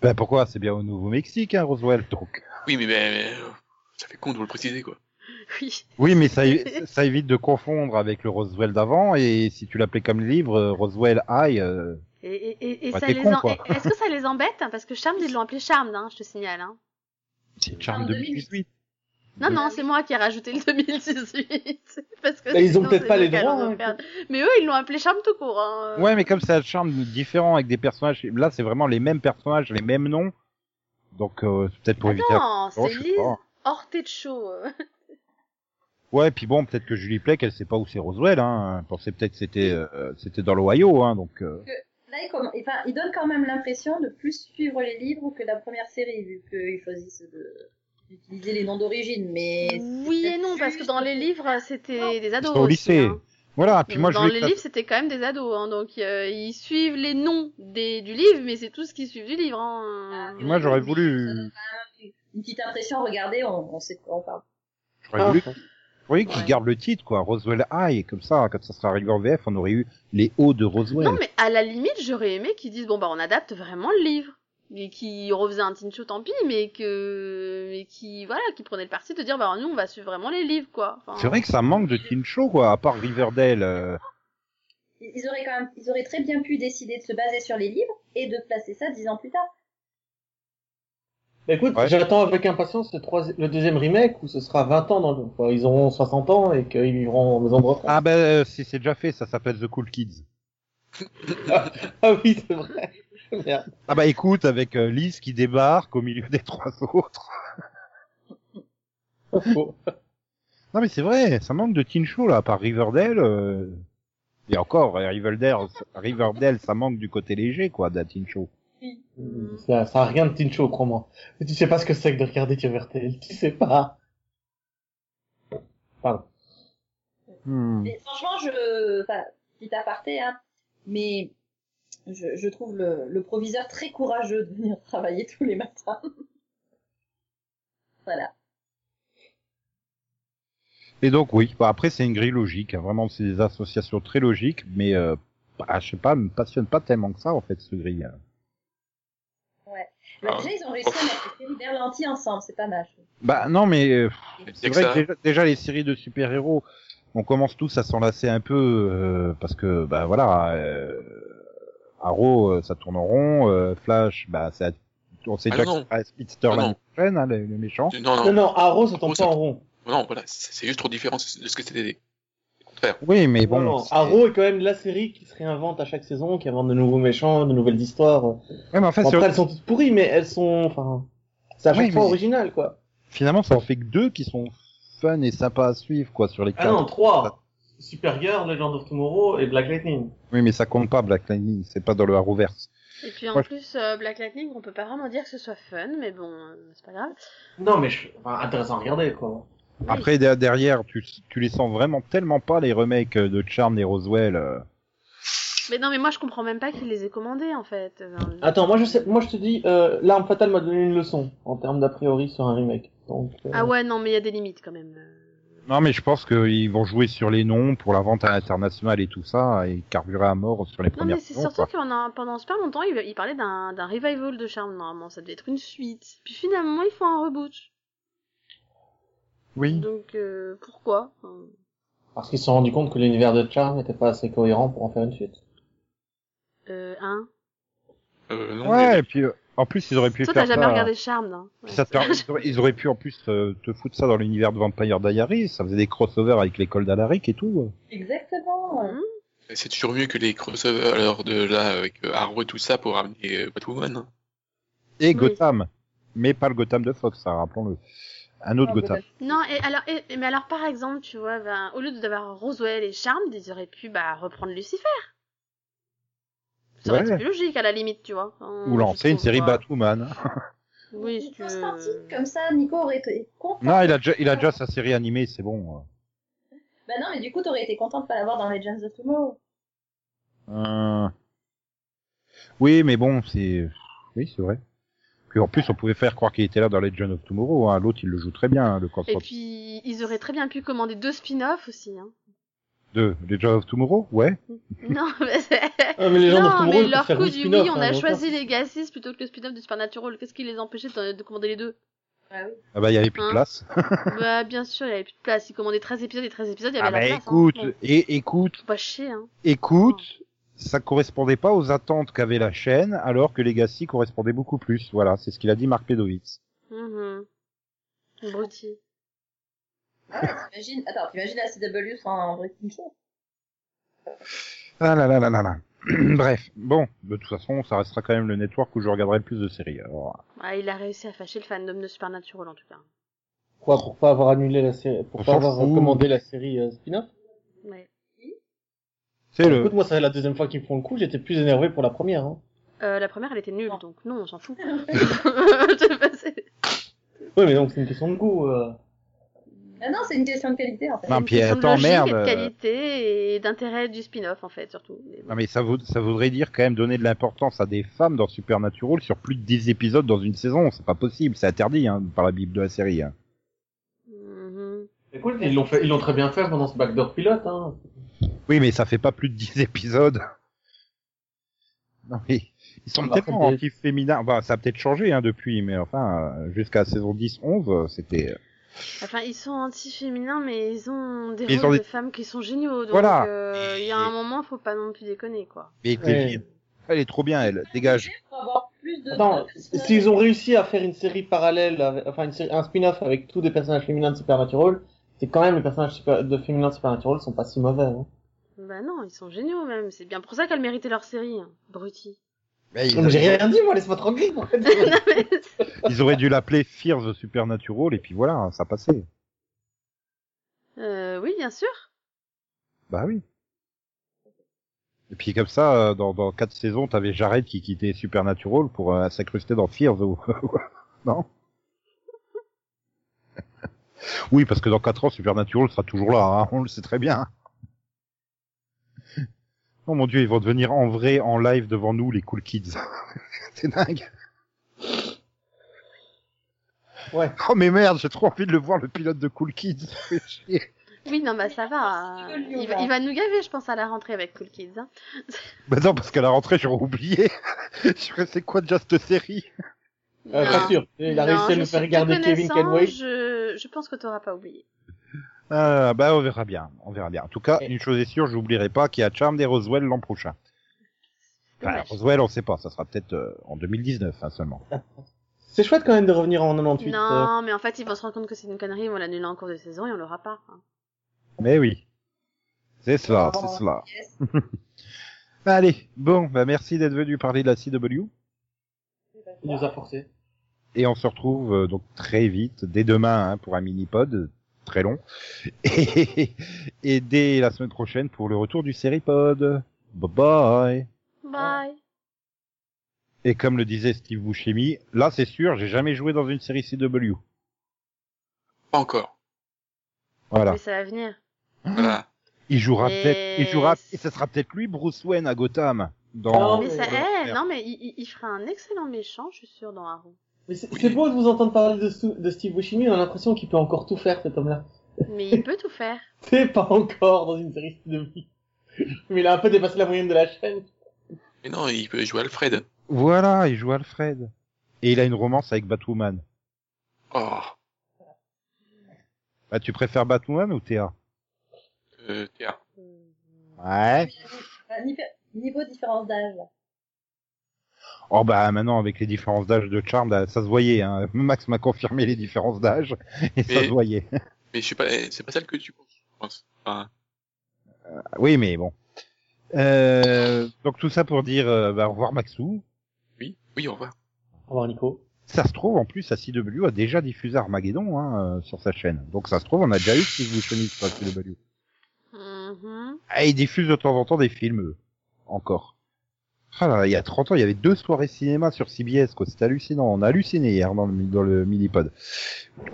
[SPEAKER 6] Bah, pourquoi C'est bien au Nouveau-Mexique, hein, Roswell. Donc.
[SPEAKER 8] Oui, mais, mais, euh, ça fait con de vous le préciser, quoi.
[SPEAKER 11] Oui.
[SPEAKER 6] Oui, mais ça, é- ça évite de confondre avec le Roswell d'avant. Et si tu l'appelais comme le livre, euh, Roswell High. euh,
[SPEAKER 11] Et, et- et- et
[SPEAKER 6] Bah,
[SPEAKER 11] ça
[SPEAKER 6] t'es
[SPEAKER 11] les
[SPEAKER 6] con,
[SPEAKER 11] en-
[SPEAKER 6] quoi.
[SPEAKER 11] et- Est-ce que ça les embête hein, Parce que Charmed, ils l'ont appelé Charmed, hein, je te signale. Hein.
[SPEAKER 6] C'est
[SPEAKER 11] Ah,
[SPEAKER 6] Charme
[SPEAKER 10] En
[SPEAKER 6] 2018.
[SPEAKER 11] Non,
[SPEAKER 6] De-
[SPEAKER 11] non, c'est moi qui ai rajouté le 2018. parce que
[SPEAKER 9] Mais Bah, ils ont
[SPEAKER 11] sinon,
[SPEAKER 9] peut-être
[SPEAKER 11] c'est
[SPEAKER 9] pas
[SPEAKER 11] nous
[SPEAKER 9] les
[SPEAKER 11] qui
[SPEAKER 9] droits,
[SPEAKER 11] allons nous
[SPEAKER 9] hein.
[SPEAKER 11] perdre. Mais eux, ils l'ont appelé Charmed tout court. Hein.
[SPEAKER 6] Ouais, mais comme c'est un charme différent avec des personnages. Là, c'est vraiment les mêmes personnages, les mêmes noms. Donc, euh, c'est peut-être pour éviter.
[SPEAKER 11] Ah Non,
[SPEAKER 6] Oh,
[SPEAKER 11] c'est
[SPEAKER 6] je sais
[SPEAKER 11] Liz
[SPEAKER 6] pas.
[SPEAKER 11] Horté de chaud.
[SPEAKER 6] Ouais, puis bon, peut-être que Julie Plec, elle sait pas où c'est Roswell. Hein. Elle pensait peut-être que c'était euh, c'était dans l'Ohio, hein, donc. euh,
[SPEAKER 10] Là, il, comm- enfin, il donne quand même l'impression de plus suivre les livres que la première série, vu qu'ils choisissent de- d'utiliser les noms d'origine. Mais c'est
[SPEAKER 11] Oui et
[SPEAKER 10] peut-être
[SPEAKER 11] non, parce que
[SPEAKER 10] juste-
[SPEAKER 11] dans les livres, c'était des
[SPEAKER 6] Ils
[SPEAKER 11] ados.
[SPEAKER 6] sont au
[SPEAKER 11] aussi,
[SPEAKER 6] lycée.
[SPEAKER 11] hein.
[SPEAKER 6] Voilà. Puis moi, je
[SPEAKER 11] dans
[SPEAKER 6] voulais
[SPEAKER 11] les
[SPEAKER 6] que ça-
[SPEAKER 11] livres, c'était quand même des ados, hein, donc euh, ils suivent les noms des, du livre, mais c'est tout ce qu'ils suivent du livre. Hein.
[SPEAKER 10] Ah,
[SPEAKER 6] Moi, j'aurais
[SPEAKER 10] Ça donne
[SPEAKER 6] voulu.
[SPEAKER 10] quand même Une petite impression, regardez, on, on sait de quoi on parle.
[SPEAKER 6] J'aurais voulu. Oui, qu'ils
[SPEAKER 10] Ouais.
[SPEAKER 6] gardent le titre, quoi. Roswell High, comme ça, comme ça sera arrivé en VF, on aurait eu les hauts de Roswell.
[SPEAKER 11] Non, mais à la limite, j'aurais aimé qu'ils disent bon bah on adapte vraiment le livre et qui refaisait un teen show tant pis, mais que mais qui voilà, qui prenait le parti de dire bah nous on va suivre vraiment les livres quoi. Enfin,
[SPEAKER 6] C'est vrai que ça manque de teen show, quoi, à part Riverdale. euh,
[SPEAKER 10] Ils, ils auraient quand même, ils auraient très bien pu décider de se baser sur les livres et de placer ça dix ans plus tard.
[SPEAKER 9] Bah écoute,
[SPEAKER 6] Ouais.
[SPEAKER 9] j'attends avec impatience le, troisi- le deuxième remake où ce sera 20 ans dans le... enfin, ils auront 60 ans et qu'ils vivront en maison de retraite.
[SPEAKER 6] Ah ben, euh, si c'est déjà fait, ça s'appelle The Cool Kids.
[SPEAKER 9] Ah oui, c'est vrai. Merde.
[SPEAKER 6] Ah bah écoute, avec euh, Liz qui débarque au milieu des trois autres.
[SPEAKER 9] Bon.
[SPEAKER 6] Non mais c'est vrai, ça manque de teen show, là, à part Riverdale. euh, Et encore, euh, Riverdale, Riverdale, ça manque du côté léger, quoi, d'un teen show.
[SPEAKER 9] ça, ça a rien de teen show, crois-moi. Mais tu sais pas ce que c'est que de regarder Tivertel, tu sais pas. Pardon.
[SPEAKER 6] Hmm.
[SPEAKER 10] Mais franchement, je, enfin, petit aparté, hein, mais je, je trouve le, le proviseur très courageux de venir travailler tous les matins. voilà.
[SPEAKER 6] Et donc oui, bah, après c'est une grille logique, hein. vraiment c'est des associations très logiques, mais euh, bah, je sais pas, me passionne pas tellement que ça en fait ce grille. hein.
[SPEAKER 10] Mais
[SPEAKER 8] Ah.
[SPEAKER 10] Bah, déjà, ils ont réussi à mettre les séries Berlanti ensemble, c'est pas mal.
[SPEAKER 6] Bah non mais euh,
[SPEAKER 8] Y
[SPEAKER 6] c'est
[SPEAKER 8] a que
[SPEAKER 6] vrai
[SPEAKER 8] ça.
[SPEAKER 6] que déjà, déjà, les séries de super-héros, on commence tous à s'enlacer un peu euh, parce que bah voilà, euh, Arrow euh, ça tourne en rond, euh, Flash bah ça, on sait
[SPEAKER 8] Ah
[SPEAKER 6] déjà
[SPEAKER 8] non.
[SPEAKER 6] que ça Speedster
[SPEAKER 8] Ah
[SPEAKER 6] l'année
[SPEAKER 8] non.
[SPEAKER 6] prochaine, hein, le, le méchant.
[SPEAKER 8] Non, non,
[SPEAKER 9] Non, non, Arrow, ça tombe
[SPEAKER 8] Arrow, ça-
[SPEAKER 9] pas en rond.
[SPEAKER 8] non, voilà, c'est c'est juste trop différent de ce que c'était. Au contraire.
[SPEAKER 6] Oui mais
[SPEAKER 9] Non,
[SPEAKER 6] bon,
[SPEAKER 9] non,
[SPEAKER 6] c'est-
[SPEAKER 9] Arrow est quand même la série qui se réinvente à chaque saison, qui invente de nouveaux méchants, de nouvelles histoires.
[SPEAKER 6] ouais, mais enfin,
[SPEAKER 9] Bon,
[SPEAKER 6] c'est-
[SPEAKER 9] après, elles sont toutes pourries, mais elles sont, enfin, c'est à chaque
[SPEAKER 6] Oui,
[SPEAKER 9] fois
[SPEAKER 6] mais-
[SPEAKER 9] original, quoi.
[SPEAKER 6] finalement ça en fait que deux qui sont fun et sympas à suivre quoi sur les
[SPEAKER 9] Ah non,
[SPEAKER 6] quatre.
[SPEAKER 9] trois. Supergirl, Legend of Tomorrow et Black Lightning.
[SPEAKER 6] Oui, mais ça compte pas, Black Lightning, c'est pas dans le Arrowverse.
[SPEAKER 11] Et puis en
[SPEAKER 6] Moi, je-
[SPEAKER 11] plus euh, Black Lightning, on peut pas vraiment dire que ce soit fun, mais bon, euh, c'est pas grave.
[SPEAKER 9] Non, mais je... enfin, intéressant à regarder, quoi.
[SPEAKER 6] Après, de- derrière, tu, tu les sens vraiment tellement pas, les remakes euh, de Charm et Roswell. euh.
[SPEAKER 11] Mais non, mais moi je comprends même pas qui les ait commandés en fait. Enfin,
[SPEAKER 9] Attends, moi je sais, moi je te dis, euh, L'arme fatale m'a donné une leçon en termes d'a priori sur un remake. Donc, euh,
[SPEAKER 11] Ah ouais, non, mais il y a des limites quand même.
[SPEAKER 6] Non, mais je pense qu'ils vont jouer sur les noms pour la vente internationale et tout ça, et carburer à mort sur les
[SPEAKER 11] Non,
[SPEAKER 6] premières
[SPEAKER 11] mais c'est
[SPEAKER 6] saisons,
[SPEAKER 11] surtout
[SPEAKER 6] quoi.
[SPEAKER 11] que pendant super longtemps, il, il parlait d'un d'un revival de Charme, normalement, ça devait être une suite. Puis finalement, ils font un reboot.
[SPEAKER 6] Oui.
[SPEAKER 11] Donc, euh, pourquoi euh, Enfin,
[SPEAKER 9] Parce qu'ils se sont rendus compte que l'univers de Charm n'était pas assez cohérent pour en faire une suite.
[SPEAKER 11] Euh, hein
[SPEAKER 8] Euh, non,
[SPEAKER 6] Ouais,
[SPEAKER 8] mais-
[SPEAKER 6] et puis euh, en plus ils auraient pu
[SPEAKER 11] Toi,
[SPEAKER 6] faire
[SPEAKER 11] t'as jamais
[SPEAKER 6] ça.
[SPEAKER 11] regardé hein. Charme, non Ouais,
[SPEAKER 6] Puis ça te
[SPEAKER 11] c'est-
[SPEAKER 6] permet- ils auraient- ils auraient pu en plus euh, te foutre ça dans l'univers de Vampire Diaries, ça faisait des crossovers avec l'école d'Alaric et tout. euh.
[SPEAKER 10] Exactement.
[SPEAKER 11] Mhm.
[SPEAKER 8] C'est toujours mieux que les crossovers alors de là avec euh, Arrow et tout ça pour ramener euh, Batwoman. hein.
[SPEAKER 6] Et
[SPEAKER 11] Oui.
[SPEAKER 6] Gotham, mais pas le Gotham de Fox, ça, rappelons-le. Un autre
[SPEAKER 10] Ah,
[SPEAKER 6] Gotham.
[SPEAKER 11] Non, et alors, et- et- mais alors par exemple, tu vois, ben, au lieu d'avoir Roswell et Charme, ils auraient pu bah, reprendre Lucifer. Ça aurait
[SPEAKER 6] Ouais.
[SPEAKER 11] été plus logique à la limite, tu vois. Euh,
[SPEAKER 6] Ou lancer
[SPEAKER 11] je
[SPEAKER 6] une
[SPEAKER 11] trouve,
[SPEAKER 6] série
[SPEAKER 11] euh,
[SPEAKER 6] Batwoman. hein.
[SPEAKER 11] Oui, si tu
[SPEAKER 10] Grosse
[SPEAKER 11] veux.
[SPEAKER 10] partie, comme ça, Nico aurait été content.
[SPEAKER 6] non, il a déjà, il a déjà sa série animée, c'est bon.
[SPEAKER 10] Bah non, mais du coup, t'aurais été content de pas l'avoir dans Legends of Tomorrow.
[SPEAKER 6] Euh... Oui, mais bon, c'est, oui, c'est vrai. Puis en plus, on pouvait faire croire qu'il était là dans Legend of Tomorrow. Hein. L'autre, il le joue très bien, hein, le
[SPEAKER 11] Et
[SPEAKER 6] crossroad
[SPEAKER 11] puis, ils auraient très bien pu commander deux spin-offs aussi. Hein.
[SPEAKER 6] de Legend of Tomorrow, ouais.
[SPEAKER 11] non, mais c'est...
[SPEAKER 9] Ah, mais les gens
[SPEAKER 11] Non, mais
[SPEAKER 9] de
[SPEAKER 11] leur
[SPEAKER 9] faire
[SPEAKER 11] coup
[SPEAKER 9] huit
[SPEAKER 11] du
[SPEAKER 9] spin-offs,
[SPEAKER 11] oui, on
[SPEAKER 9] hein,
[SPEAKER 11] a
[SPEAKER 9] donc,
[SPEAKER 11] choisi Legacy plutôt que le spin-off de Supernatural. Qu'est-ce qui les empêchait de, de commander les deux
[SPEAKER 10] Ah oui.
[SPEAKER 6] Ah bah, il y avait plus de
[SPEAKER 11] Hein
[SPEAKER 6] place.
[SPEAKER 11] Bah, bien sûr, il n'y avait plus de place. Ils commandaient 13 épisodes et 13 épisodes, il y avait
[SPEAKER 6] Ah
[SPEAKER 11] la
[SPEAKER 6] bah,
[SPEAKER 11] place. hein.
[SPEAKER 6] écoute,
[SPEAKER 11] Bon,
[SPEAKER 6] et écoute,
[SPEAKER 11] Faut pas chier, hein.
[SPEAKER 6] écoute, ça correspondait pas aux attentes qu'avait la chaîne, alors que Legacy correspondait beaucoup plus. Voilà, c'est ce qu'il a dit Marc Pedowitz.
[SPEAKER 11] Mhm. Abruti.
[SPEAKER 10] Ah Ouais, t'imagines... Attends, t'imagines la CW sans Breaking Show
[SPEAKER 6] Ah là là là là là. Bref, bon, de toute façon, ça restera quand même le network où je regarderai le plus de séries. Alors,
[SPEAKER 11] Ah, il a réussi à fâcher le fandom de Supernatural en tout cas.
[SPEAKER 9] Quoi, pour pas avoir annulé la série, pour
[SPEAKER 6] On
[SPEAKER 9] pas
[SPEAKER 6] s'en
[SPEAKER 9] avoir
[SPEAKER 6] fout.
[SPEAKER 9] commandé la série euh, spin-off
[SPEAKER 11] Ouais.
[SPEAKER 6] c'est le.
[SPEAKER 9] Écoute, moi, c'est la deuxième fois qu'ils me font le coup, j'étais plus énervé pour la première. Hein.
[SPEAKER 11] Euh, la première, elle était nulle, donc non, on s'en fout.
[SPEAKER 9] Oui, mais donc c'est une question de goût. euh.
[SPEAKER 10] Ah non, c'est une question de qualité, en fait.
[SPEAKER 6] Non, puis euh,
[SPEAKER 11] Question de
[SPEAKER 6] attends,
[SPEAKER 11] logique et
[SPEAKER 6] merde.
[SPEAKER 11] de qualité et d'intérêt du spin-off en fait, surtout. Mais bon.
[SPEAKER 6] Non mais ça, vaut- ça voudrait dire quand même donner de l'importance à des femmes dans Supernatural sur plus de 10 épisodes dans une saison, c'est pas possible, c'est interdit hein, par la bible de la série. Hein.
[SPEAKER 11] Mhm.
[SPEAKER 9] Écoute, ils l'ont fait, ils l'ont très bien fait pendant ce backdoor pilote. Hein.
[SPEAKER 6] Oui mais ça fait pas plus de 10 épisodes. Non mais ils sont
[SPEAKER 9] Ah, bah,
[SPEAKER 6] tellement
[SPEAKER 9] après,
[SPEAKER 6] anti-féminins, enfin ça a peut-être changé hein, depuis, mais enfin euh, jusqu'à saison 10-11 c'était... euh,
[SPEAKER 11] Enfin, ils sont anti-féminins, mais ils ont des
[SPEAKER 6] Mais ils
[SPEAKER 11] rôles
[SPEAKER 6] ont
[SPEAKER 11] de
[SPEAKER 6] des-
[SPEAKER 11] femmes qui sont géniaux. Donc,
[SPEAKER 6] Voilà.
[SPEAKER 11] euh, il y a un moment, faut pas non plus déconner, quoi.
[SPEAKER 6] Mais
[SPEAKER 9] Ouais.
[SPEAKER 6] t'es- Elle est trop bien elle, dégage.
[SPEAKER 10] Pour avoir plus de...
[SPEAKER 9] Attends, s'ils ont réussi à faire une série parallèle, avec- enfin une série, un spin-off avec tous des personnages féminins de Supernatural, c'est quand même les personnages super- de féminins de Supernatural sont pas si mauvais. Hein.
[SPEAKER 11] Bah non, ils sont géniaux même. C'est bien pour ça qu'elles méritaient leur série, hein. Bruti.
[SPEAKER 6] Mais ils,
[SPEAKER 9] Donc j'ai rien dit, moi, laisse-moi tranquille. en fait.
[SPEAKER 6] ils auraient dû l'appeler Fear the Supernatural et puis voilà, hein, ça passait.
[SPEAKER 11] Euh, oui, bien sûr.
[SPEAKER 6] Bah oui. Et puis comme ça, euh, dans, dans quatre saisons, t'avais Jared qui quittait Supernatural pour euh, s'incruster dans Fears ou non Oui, parce que dans quatre ans, Supernatural sera toujours là, hein, on le sait très bien. Oh mon dieu, ils vont devenir en vrai, en live devant nous, les cool kids. C'est dingue.
[SPEAKER 9] Ouais.
[SPEAKER 6] Oh mais merde, j'ai trop envie de le voir, le pilote de cool kids. Ça fait chier.
[SPEAKER 11] Oui, non, bah ça va.
[SPEAKER 10] c'est
[SPEAKER 11] euh,
[SPEAKER 10] rigolo,
[SPEAKER 11] Il va,
[SPEAKER 10] là.
[SPEAKER 11] il va nous gaver, je pense, à la rentrée avec Cool Kids. hein.
[SPEAKER 6] Bah non, parce qu'à la rentrée, j'aurais oublié. je serais, c'est quoi déjà cette série
[SPEAKER 9] Euh,
[SPEAKER 11] Non.
[SPEAKER 9] pas sûr. Il a
[SPEAKER 11] Non,
[SPEAKER 9] réussi à
[SPEAKER 11] je
[SPEAKER 9] nous
[SPEAKER 11] suis
[SPEAKER 9] faire regarder
[SPEAKER 11] te
[SPEAKER 9] Kevin
[SPEAKER 11] connaissant,
[SPEAKER 9] Kenway.
[SPEAKER 11] Je, je pense que t'auras pas oublié.
[SPEAKER 6] Ah, Bah, on verra bien. On verra bien. En tout cas,
[SPEAKER 9] Et-
[SPEAKER 6] une chose est sûre, j'oublierai pas qu'il y a Charmed et Roswell l'an prochain. Enfin,
[SPEAKER 11] Dommage.
[SPEAKER 6] Roswell, Bah, on sait pas. Ça sera peut-être euh, en 2019 hein, seulement.
[SPEAKER 9] C'est chouette quand même de revenir en 98. euh.
[SPEAKER 11] non, mais en fait, ils vont se rendre compte que c'est une connerie, ils vont l'annuler en cours de saison et on l'aura pas. hein.
[SPEAKER 6] Mais oui. C'est cela,
[SPEAKER 10] Oh,
[SPEAKER 6] c'est cela.
[SPEAKER 10] yes.
[SPEAKER 6] Bah, allez, bon, bah merci d'être venu parler de la CW.
[SPEAKER 9] Il nous a forcés.
[SPEAKER 6] Et on se retrouve euh, donc très vite, dès demain, hein, pour un mini-pod euh, très long. Et, et dès la semaine prochaine pour le retour du série-pod. Bye bye
[SPEAKER 11] Bye.
[SPEAKER 6] Et comme le disait Steve Buscemi, là c'est sûr, j'ai jamais joué dans une série CW.
[SPEAKER 8] Pas encore.
[SPEAKER 6] Voilà.
[SPEAKER 11] Mais ça va venir.
[SPEAKER 9] Hein
[SPEAKER 8] Voilà.
[SPEAKER 6] Il jouera
[SPEAKER 11] Et-
[SPEAKER 6] peut-être, il jouera, et ce sera peut-être lui, Bruce Wayne à Gotham. Dans...
[SPEAKER 9] Oh,
[SPEAKER 11] mais ça,
[SPEAKER 9] ouais.
[SPEAKER 11] eh, non, mais il, il- il fera un excellent méchant, je suis sûre, dans Arrow.
[SPEAKER 9] Mais c'est c'est beau de vous entendre parler de, Stu- de Steve Buscemi, on a l'impression qu'il peut encore tout faire cet homme-là.
[SPEAKER 11] Mais il peut tout faire.
[SPEAKER 9] T'es pas encore dans une série de vie. Mais il a un peu dépassé la moyenne de la chaîne.
[SPEAKER 8] Mais non, il peut jouer Alfred.
[SPEAKER 6] Voilà, il joue Alfred. Et il a une romance avec Batwoman.
[SPEAKER 8] Oh.
[SPEAKER 6] Ah, Bah, tu préfères Batwoman ou Théa
[SPEAKER 8] euh, Théa.
[SPEAKER 6] Ouais.
[SPEAKER 10] Euh, niveau- niveau différence d'âge.
[SPEAKER 6] Oh bah maintenant avec les différences d'âge de Charm, là, ça se voyait. Hein. Max m'a confirmé les différences d'âge et ça
[SPEAKER 8] Mais-
[SPEAKER 6] se voyait.
[SPEAKER 8] Mais je suis pas, eh, c'est pas celle que tu penses, je pense. Enfin,
[SPEAKER 6] Ah, oui, mais bon. Euh, donc tout ça pour dire euh, bah, au revoir Maxou.
[SPEAKER 8] oui, oui, au revoir.
[SPEAKER 9] Au revoir, Nico.
[SPEAKER 6] Ça se trouve en plus, la CW a déjà diffusé Armageddon hein, euh, sur sa chaîne. Donc ça se trouve, on a déjà eu Steve Buscemi sur la CW.
[SPEAKER 11] Mhm.
[SPEAKER 6] Ah, ils diffusent de temps en temps des films, eux. Encore. Ah là là, il y a 30 ans, il y avait deux soirées cinéma sur CBS, quoi. C'était hallucinant. On a halluciné hier dans le, dans le mini-pod.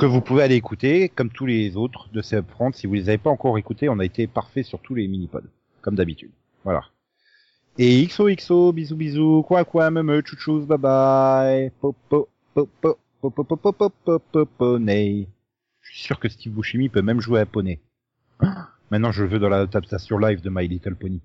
[SPEAKER 6] Que vous pouvez aller écouter, comme tous les autres de ces upfronts. Si vous les avez pas encore écoutés, on a été parfait sur tous les mini-pods. Comme d'habitude. Voilà. Et XOXO, bisous bisous, quoi quoi, me me, chouchous, bye bye, popo, popo, popo, popo, popo, poney. Je suis sûr que Steve Buscemi peut même jouer à poney. Maintenant, je le veux dans l'adaptation live de My Little Pony.